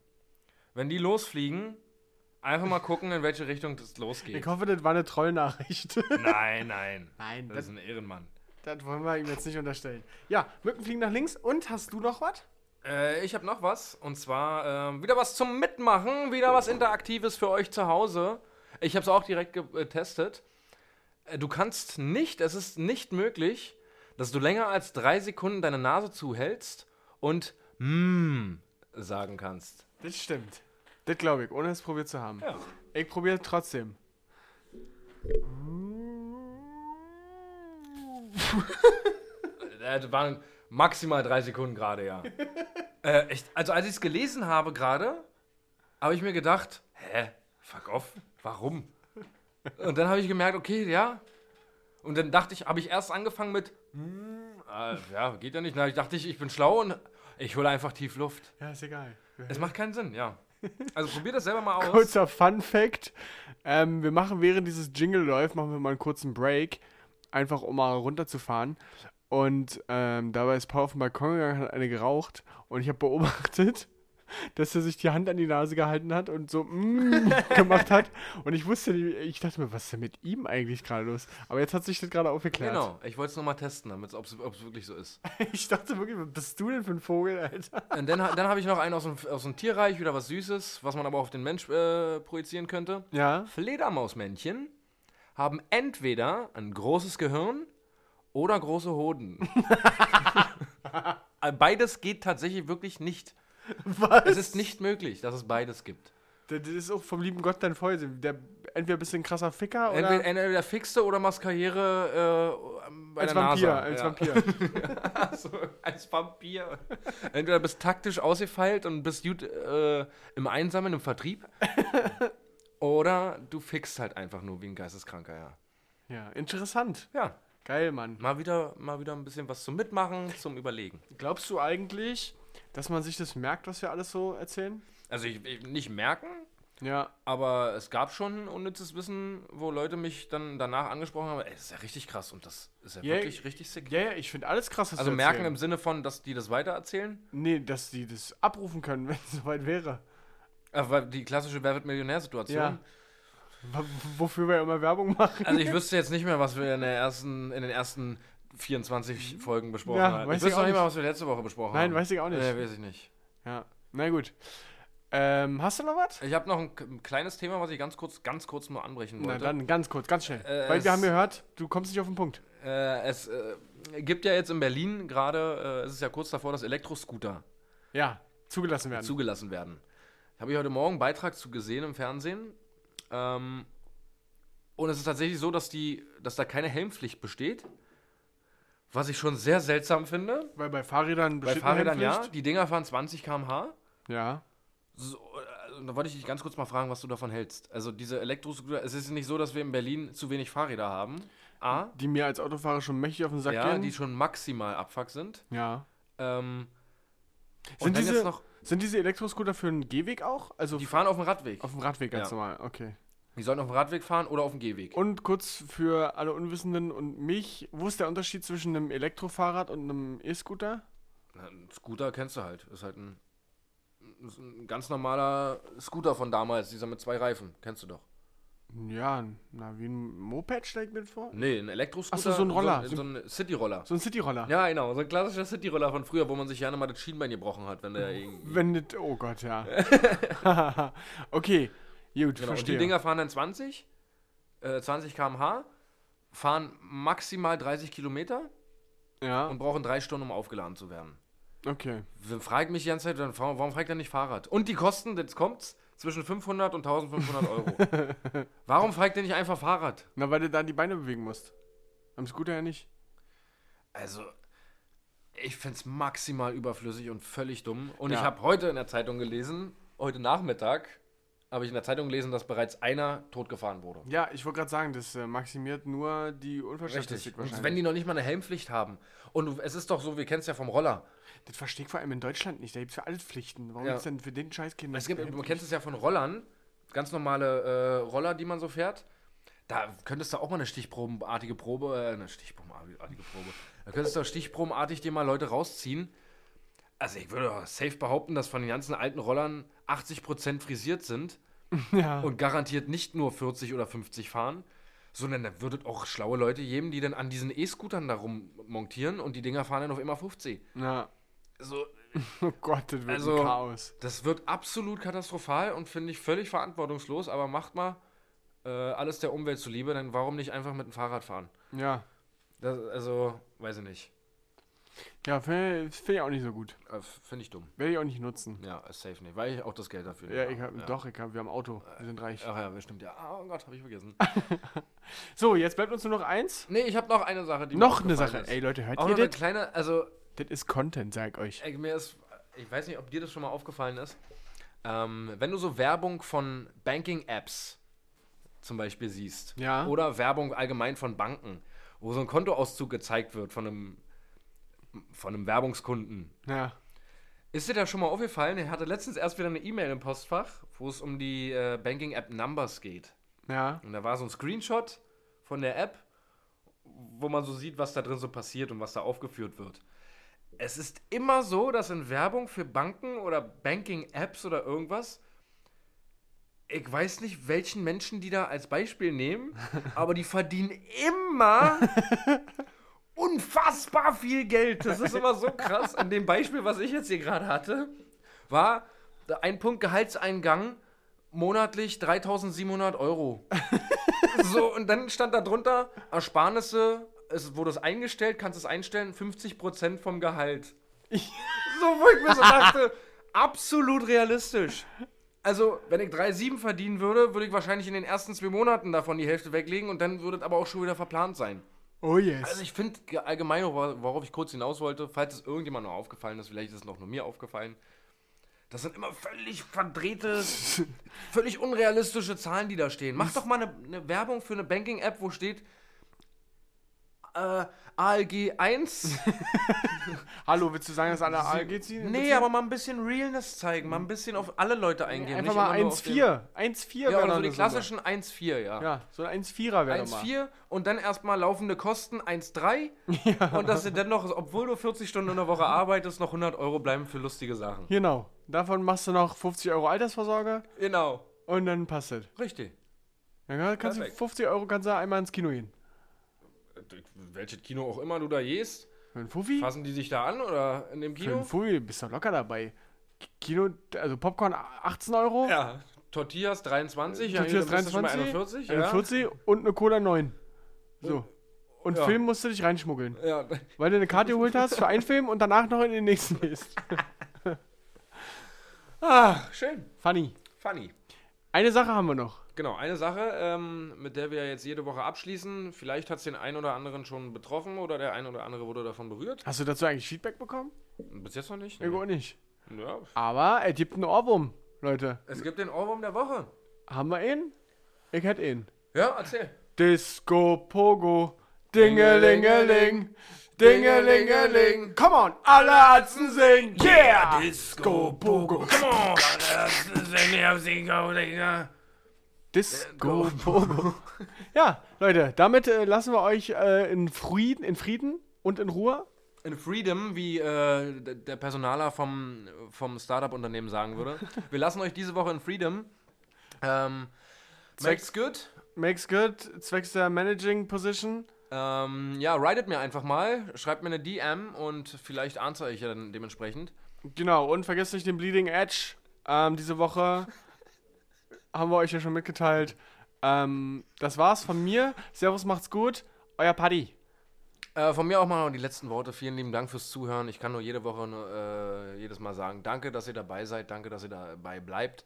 Speaker 1: Wenn die losfliegen, einfach mal gucken, in welche Richtung das losgeht.
Speaker 2: Ich hoffe, das war eine Trollnachricht.
Speaker 1: Nein, nein.
Speaker 2: Nein,
Speaker 1: Das ist ein Ehrenmann.
Speaker 2: Das wollen wir ihm jetzt nicht unterstellen. Ja, Mücken fliegen nach links. Und hast du noch was?
Speaker 1: Äh, ich habe noch was. Und zwar ähm, wieder was zum Mitmachen, wieder was Interaktives für euch zu Hause. Ich habe es auch direkt getestet. Äh, du kannst nicht, es ist nicht möglich, dass du länger als drei Sekunden deine Nase zuhältst und mm sagen kannst.
Speaker 2: Das stimmt. Das glaube ich, ohne es probiert zu haben.
Speaker 1: Ja.
Speaker 2: Ich probiere trotzdem.
Speaker 1: Das Äh, waren maximal drei Sekunden gerade, ja. äh, ich, also als ich es gelesen habe gerade, habe ich mir gedacht, hä, fuck off, warum? Und dann habe ich gemerkt, okay, ja. Und dann dachte ich, habe ich erst angefangen mit, hm, äh, ja, geht ja nicht. Na, ich dachte, ich, ich bin schlau und ich hole einfach tief Luft.
Speaker 2: Ja, ist egal.
Speaker 1: Es macht keinen Sinn, ja. Also probier das selber mal aus.
Speaker 2: Kurzer Fun Fact. Ähm, wir machen während dieses Jingle läuft, machen wir mal einen kurzen Break. Einfach um mal runterzufahren. Und ähm, dabei ist Paul auf den Balkon gegangen, hat eine geraucht. Und ich habe beobachtet, dass er sich die Hand an die Nase gehalten hat und so mm gemacht hat. Und ich wusste, nicht- ich dachte mir, was ist denn mit ihm eigentlich gerade los? Aber jetzt hat sich das gerade aufgeklärt.
Speaker 1: Genau, ich wollte es nochmal testen, damit ob es wirklich so ist.
Speaker 2: Ich dachte wirklich, was bist du denn für ein Vogel, Alter?
Speaker 1: Und dann, ha- dann habe ich noch einen aus dem, aus dem Tierreich, wieder was Süßes, was man aber auch auf den Mensch äh, projizieren könnte.
Speaker 2: Ja.
Speaker 1: Fledermausmännchen haben entweder ein großes Gehirn oder große Hoden. Äh, beides geht tatsächlich wirklich nicht.
Speaker 2: Was?
Speaker 1: Es ist nicht möglich, dass es beides gibt.
Speaker 2: Das ist auch vom lieben Gott dein Fäuse. Der entweder bist du ein krasser Ficker oder
Speaker 1: Entweder, entweder fixst du oder machst Karriere äh, bei
Speaker 2: als
Speaker 1: der
Speaker 2: Vampir.
Speaker 1: NASA.
Speaker 2: Als
Speaker 1: Ja.
Speaker 2: Vampir.
Speaker 1: Also, als Vampir. Entweder bist taktisch ausgefeilt und bist gut äh, im Einsammeln, im Vertrieb. oder du fixst halt einfach nur wie ein Geisteskranker, ja.
Speaker 2: ja, interessant.
Speaker 1: Ja,
Speaker 2: Geil, Mann.
Speaker 1: Mal wieder, mal wieder ein bisschen was zum Mitmachen, zum Überlegen.
Speaker 2: Glaubst du eigentlich, dass man sich das merkt, was wir alles so erzählen?
Speaker 1: Also ich, ich nicht merken,
Speaker 2: Ja.
Speaker 1: aber es gab schon unnützes Wissen, wo Leute mich dann danach angesprochen haben, ey, das ist ja richtig krass und das ist ja
Speaker 2: Ja,
Speaker 1: wirklich richtig sick.
Speaker 2: Ja, ja, ich finde alles krass, was
Speaker 1: also
Speaker 2: wir
Speaker 1: merken im
Speaker 2: erzählen.
Speaker 1: Sinne von, dass die das weitererzählen.
Speaker 2: Nee, dass die das abrufen können, wenn es soweit wäre.
Speaker 1: Aber Äh, die klassische Wer wird Millionär-Situation.
Speaker 2: Ja. W wofür wir immer Werbung machen.
Speaker 1: Also ich wüsste jetzt nicht mehr, was wir in, der ersten, in den ersten 24 Folgen besprochen
Speaker 2: Ja,
Speaker 1: haben.
Speaker 2: weiß
Speaker 1: ich wüsste
Speaker 2: ich
Speaker 1: auch
Speaker 2: auch
Speaker 1: nicht mehr,
Speaker 2: nicht.
Speaker 1: was wir letzte Woche besprochen haben.
Speaker 2: Nein, weiß ich auch nicht.
Speaker 1: Nee, weiß ich nicht.
Speaker 2: Ja. Na gut. Ähm, hast du noch was?
Speaker 1: Ich habe noch ein k- ein kleines Thema, was ich ganz kurz, ganz kurz nur anbrechen
Speaker 2: Na
Speaker 1: wollte.
Speaker 2: dann, ganz kurz, ganz schnell.
Speaker 1: Äh,
Speaker 2: Weil
Speaker 1: es-
Speaker 2: wir haben gehört, du kommst nicht auf den Punkt.
Speaker 1: Äh, es äh, gibt ja jetzt in Berlin gerade, äh, es ist ja kurz davor, dass Elektroscooter
Speaker 2: Ja, zugelassen werden.
Speaker 1: zugelassen werden. Habe ich heute Morgen einen Beitrag zu gesehen im Fernsehen. Ähm, und es ist tatsächlich so, dass, die, dass da keine Helmpflicht besteht. Was ich schon sehr seltsam finde.
Speaker 2: Weil bei Fahrrädern
Speaker 1: Bei
Speaker 2: besteht eine
Speaker 1: Fahrrädern ja.
Speaker 2: Helmpflicht.
Speaker 1: Die Dinger fahren 20 km/h.
Speaker 2: Ja.
Speaker 1: So, äh, und da wollte ich dich ganz kurz mal fragen, was du davon hältst. Also diese Elektroscooter, es ist nicht so, dass wir in Berlin zu wenig Fahrräder haben. A,
Speaker 2: Die mir als Autofahrer schon mächtig auf den Sack
Speaker 1: ja,
Speaker 2: gehen.
Speaker 1: die schon maximal Abfuck sind.
Speaker 2: ja.
Speaker 1: Ähm, und
Speaker 2: Sind
Speaker 1: dann
Speaker 2: diese,
Speaker 1: jetzt noch,
Speaker 2: sind diese Elektroscooter für einen Gehweg auch? Also
Speaker 1: die fahren auf dem Radweg.
Speaker 2: auf dem Radweg ganz
Speaker 1: Ja.
Speaker 2: normal, okay.
Speaker 1: Die sollen auf dem Radweg fahren oder auf dem Gehweg.
Speaker 2: Und kurz für alle Unwissenden und mich, wo ist der Unterschied zwischen einem Elektrofahrrad und einem E-Scooter?
Speaker 1: Na, Ein Scooter kennst du halt. Ist halt ein, ist ein ganz normaler Scooter von damals, dieser mit zwei Reifen. Kennst du doch.
Speaker 2: Ja, na, wie ein Moped steigt mit vor?
Speaker 1: Nee, ein Elektroscooter.
Speaker 2: Ach so, so ein Roller.
Speaker 1: So, so ein City-Roller.
Speaker 2: So ein Cityroller.
Speaker 1: Ja, genau. So ein klassischer City-Roller von früher, wo man sich gerne mal das Schienbein gebrochen hat, wenn der irgendwie. Genau.
Speaker 2: Wenn nicht, oh Gott, ja. okay, gut,
Speaker 1: Genau. Und
Speaker 2: verstehe.
Speaker 1: die Dinger fahren dann 20, äh, 20 km/h, fahren maximal 30 Kilometer
Speaker 2: ja,
Speaker 1: und brauchen drei Stunden, um aufgeladen zu werden.
Speaker 2: okay.
Speaker 1: Dann fragt mich die ganze Zeit, dann, warum warum fragt er nicht Fahrrad? Und die Kosten, jetzt kommt's, zwischen 500 und 1500 Euro. warum fragt er nicht einfach Fahrrad?
Speaker 2: Na, weil du da die Beine bewegen musst. Am Scooter ja nicht.
Speaker 1: Also, ich find's maximal überflüssig und völlig dumm. Und ich
Speaker 2: Ja.
Speaker 1: habe heute in der Zeitung gelesen, heute Nachmittag habe ich in der Zeitung gelesen, dass bereits einer totgefahren wurde.
Speaker 2: Ja, ich wollte gerade sagen, das äh, maximiert nur die Unfallstatistik
Speaker 1: Richtig. Und wenn
Speaker 2: wahrscheinlich.
Speaker 1: die noch nicht mal eine Helmpflicht haben. Und du, es ist doch so, wir kennen es ja vom Roller.
Speaker 2: das verstehe ich vor allem in Deutschland nicht. Da gibt es für alle Pflichten. Warum
Speaker 1: Ja.
Speaker 2: gibt's denn für den Scheiß Kinder?
Speaker 1: Es gibt, du kennst es ja von Rollern, ganz normale äh, Roller, die man so fährt. Da könntest du auch mal eine stichprobenartige Probe, äh, eine stichprobenartige Probe. Da könntest du auch stichprobenartig dir mal Leute rausziehen. Also ich würde doch safe behaupten, dass von den ganzen alten Rollern 80% frisiert sind
Speaker 2: ja.
Speaker 1: und garantiert nicht nur 40 oder 50 fahren, sondern da würdet auch schlaue Leute geben, die dann an diesen E-Scootern da rummontieren und die Dinger fahren dann auf immer 50.
Speaker 2: ja.
Speaker 1: So,
Speaker 2: Oh Gott, das wird
Speaker 1: Also-
Speaker 2: ein Chaos.
Speaker 1: Das wird absolut katastrophal und finde ich völlig verantwortungslos, aber macht mal äh, alles der Umwelt zuliebe, dann warum nicht einfach mit dem Fahrrad fahren?
Speaker 2: Ja.
Speaker 1: Das, also, weiß ich nicht.
Speaker 2: Ja, finde find ich auch nicht so gut.
Speaker 1: Äh, f- finde ich dumm.
Speaker 2: Werde ich auch nicht nutzen.
Speaker 1: Ja, ist safe nicht, weil ich auch das Geld dafür nicht
Speaker 2: Ja,
Speaker 1: habe.
Speaker 2: ich hab, doch, ich hab, wir haben Auto. Wir sind reich.
Speaker 1: Ach ja, stimmt, ja. Ah, Oh Gott, habe ich vergessen.
Speaker 2: So, jetzt bleibt uns nur noch eins.
Speaker 1: nee, ich habe noch eine Sache, die mir
Speaker 2: Noch eine
Speaker 1: aufgefallen
Speaker 2: Sache.
Speaker 1: Ist.
Speaker 2: Ey, Leute, hört
Speaker 1: auch
Speaker 2: ihr
Speaker 1: noch eine
Speaker 2: das?
Speaker 1: kleine, also
Speaker 2: Das ist Content, sag ich euch.
Speaker 1: Ey, mir ist, ich weiß nicht, ob dir das schon mal aufgefallen ist. Ähm, wenn du so Werbung von Banking-Apps zum Beispiel siehst,
Speaker 2: Ja.
Speaker 1: oder Werbung allgemein von Banken, wo so ein Kontoauszug gezeigt wird von einem, von einem Werbungskunden,
Speaker 2: Ja.
Speaker 1: ist dir da schon mal aufgefallen? Ich hatte letztens erst wieder eine E-Mail im Postfach, wo es um die äh, Banking-App Numbers geht.
Speaker 2: Ja.
Speaker 1: Und da war so ein Screenshot von der App, wo man so sieht, was da drin so passiert und was da aufgeführt wird. Es ist immer so, dass in Werbung für Banken oder Banking-Apps oder irgendwas, ich weiß nicht, welchen Menschen die da als Beispiel nehmen, aber die verdienen immer unfassbar viel Geld. Das ist immer so krass. An dem Beispiel, was ich jetzt hier gerade hatte, war ein Punkt Gehaltseingang monatlich 3700 Euro. so, und dann stand da drunter Ersparnisse, es wurde es eingestellt, kannst es einstellen, 50% vom Gehalt. so, wo ich mir so dachte, absolut realistisch. Also, wenn ich 3,7 verdienen würde, würde ich wahrscheinlich in den ersten zwei Monaten davon die Hälfte weglegen und dann würde es aber auch schon wieder verplant sein.
Speaker 2: Oh yes.
Speaker 1: Also ich finde ge- allgemein, wor- worauf ich kurz hinaus wollte, falls es irgendjemand noch aufgefallen ist, vielleicht ist es noch nur mir aufgefallen, das sind immer völlig verdrehte, völlig ne, unrealistische Zahlen, die da stehen. Mach doch mal eine, eine Werbung für eine Banking-App, wo steht äh, ALG 1.
Speaker 2: Hallo, willst du sagen, dass alle ALG ziehen?
Speaker 1: nee, aber mal ein bisschen Realness zeigen, mal ein bisschen auf alle Leute eingehen.
Speaker 2: Einfach
Speaker 1: nicht
Speaker 2: mal
Speaker 1: immer nur auf den-
Speaker 2: 1-4. 1-4
Speaker 1: Ja,
Speaker 2: wäre
Speaker 1: oder
Speaker 2: doch
Speaker 1: so die
Speaker 2: eine Summe.
Speaker 1: klassischen 1-4, ja.
Speaker 2: Ja, so ein 1-4er wäre doch mal.
Speaker 1: 1,4 und dann erstmal laufende Kosten 1,3 und dass dir dann noch, obwohl du 40 Stunden in der Woche arbeitest, noch 100 Euro bleiben für lustige Sachen.
Speaker 2: Genau. Davon machst du noch 50 Euro Altersvorsorge
Speaker 1: Genau,
Speaker 2: und dann passt es.
Speaker 1: richtig.
Speaker 2: Dann kannst du
Speaker 1: Perfekt.
Speaker 2: 50 Euro kannst du einmal ins Kino gehen.
Speaker 1: Welches Kino auch immer du da gehst,
Speaker 2: Für einen Fuffi?
Speaker 1: fassen die sich da an oder in dem
Speaker 2: Für einen
Speaker 1: Kino?
Speaker 2: Fuffi bist du locker dabei. Kino, also Popcorn 18 Euro.
Speaker 1: Ja, Tortillas 23, ja,
Speaker 2: Tortillas
Speaker 1: hier, dann bist du schon bei
Speaker 2: 23,
Speaker 1: 41, ja.
Speaker 2: 41 und eine Cola 9. So. Und
Speaker 1: Ja.
Speaker 2: Film musst du dich reinschmuggeln.
Speaker 1: Ja,
Speaker 2: Weil du eine Karte geholt hast für einen Film und danach noch in den nächsten gehst.
Speaker 1: Ach, schön,
Speaker 2: Funny.
Speaker 1: funny.
Speaker 2: Eine Sache haben wir noch.
Speaker 1: Genau, eine Sache, ähm, mit der wir jetzt jede Woche abschließen. Vielleicht hat es den einen oder anderen schon betroffen oder der ein oder andere wurde davon berührt.
Speaker 2: Hast du dazu eigentlich Feedback bekommen?
Speaker 1: Bis jetzt noch nicht.
Speaker 2: Nee.
Speaker 1: Ne?
Speaker 2: Irgendwo nicht.
Speaker 1: Ja.
Speaker 2: Aber es gibt einen Ohrwurm, Leute.
Speaker 1: Es gibt den Ohrwurm der Woche.
Speaker 2: Haben wir ihn? Ich hätte ihn.
Speaker 1: Ja, erzähl.
Speaker 2: Disco Pogo. Dingelingeling. Dingelingeling. Come on, alle Atzen singen. Yeah! Disco Pogo. Disco Pogo. Ja, Leute, damit äh, lassen wir euch äh, in, Frieden, in Frieden und in Ruhe.
Speaker 1: In Freedom, wie äh, d- der Personaler vom, vom Startup-Unternehmen sagen würde. Wir lassen euch diese Woche in Freedom. Ähm, macht's gut.
Speaker 2: Makes good, zwecks der Managing Position.
Speaker 1: Ähm, ja, ridet mir einfach mal. Schreibt mir eine DM und vielleicht answer ich ja dann dementsprechend.
Speaker 2: Genau, und vergesst nicht den Bleeding Edge. Ähm, diese Woche haben wir euch ja schon mitgeteilt. Ähm, das war's von mir. Servus, macht's gut. Euer Paddy.
Speaker 1: Äh, von mir auch mal noch die letzten Worte. Vielen lieben Dank fürs Zuhören. Ich kann nur jede Woche, nur, äh, jedes Mal sagen, danke, dass ihr dabei seid, danke, dass ihr dabei bleibt.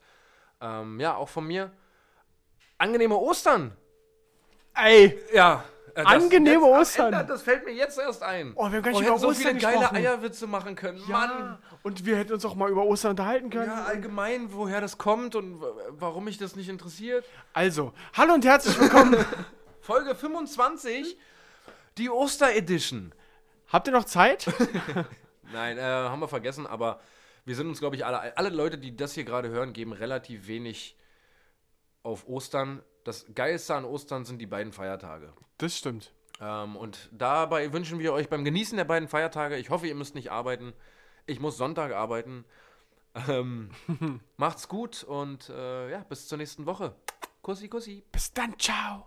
Speaker 1: Ähm, ja, auch von mir. Angenehme Ostern!
Speaker 2: Ey!
Speaker 1: Ja. äh, das-
Speaker 2: Angenehme
Speaker 1: jetzt am
Speaker 2: Ostern.
Speaker 1: Ende, das fällt mir jetzt erst ein.
Speaker 2: Oh, wir haben gar nicht
Speaker 1: oh,
Speaker 2: über
Speaker 1: hätten so
Speaker 2: Ostern
Speaker 1: viele geile
Speaker 2: gesprochen.
Speaker 1: Eierwitze machen können. Mann.
Speaker 2: Und wir hätten uns auch mal über Ostern unterhalten können.
Speaker 1: Ja, allgemein, woher das kommt und w- warum mich das nicht interessiert.
Speaker 2: Also, hallo und herzlich willkommen.
Speaker 1: Folge 25, die Osteredition.
Speaker 2: Habt ihr noch Zeit?
Speaker 1: Nein, äh, haben wir vergessen, aber wir sind uns, glaube ich, alle, alle Leute, die das hier gerade hören, geben relativ wenig auf Ostern. Das Geilste an Ostern sind die beiden Feiertage.
Speaker 2: Das stimmt.
Speaker 1: Ähm, und dabei wünschen wir euch beim Genießen der beiden Feiertage, ich hoffe, ihr müsst nicht arbeiten. Ich muss Sonntag arbeiten. Ähm, macht's gut und äh, ja, bis zur nächsten Woche. Kussi, kussi.
Speaker 2: Bis dann, ciao.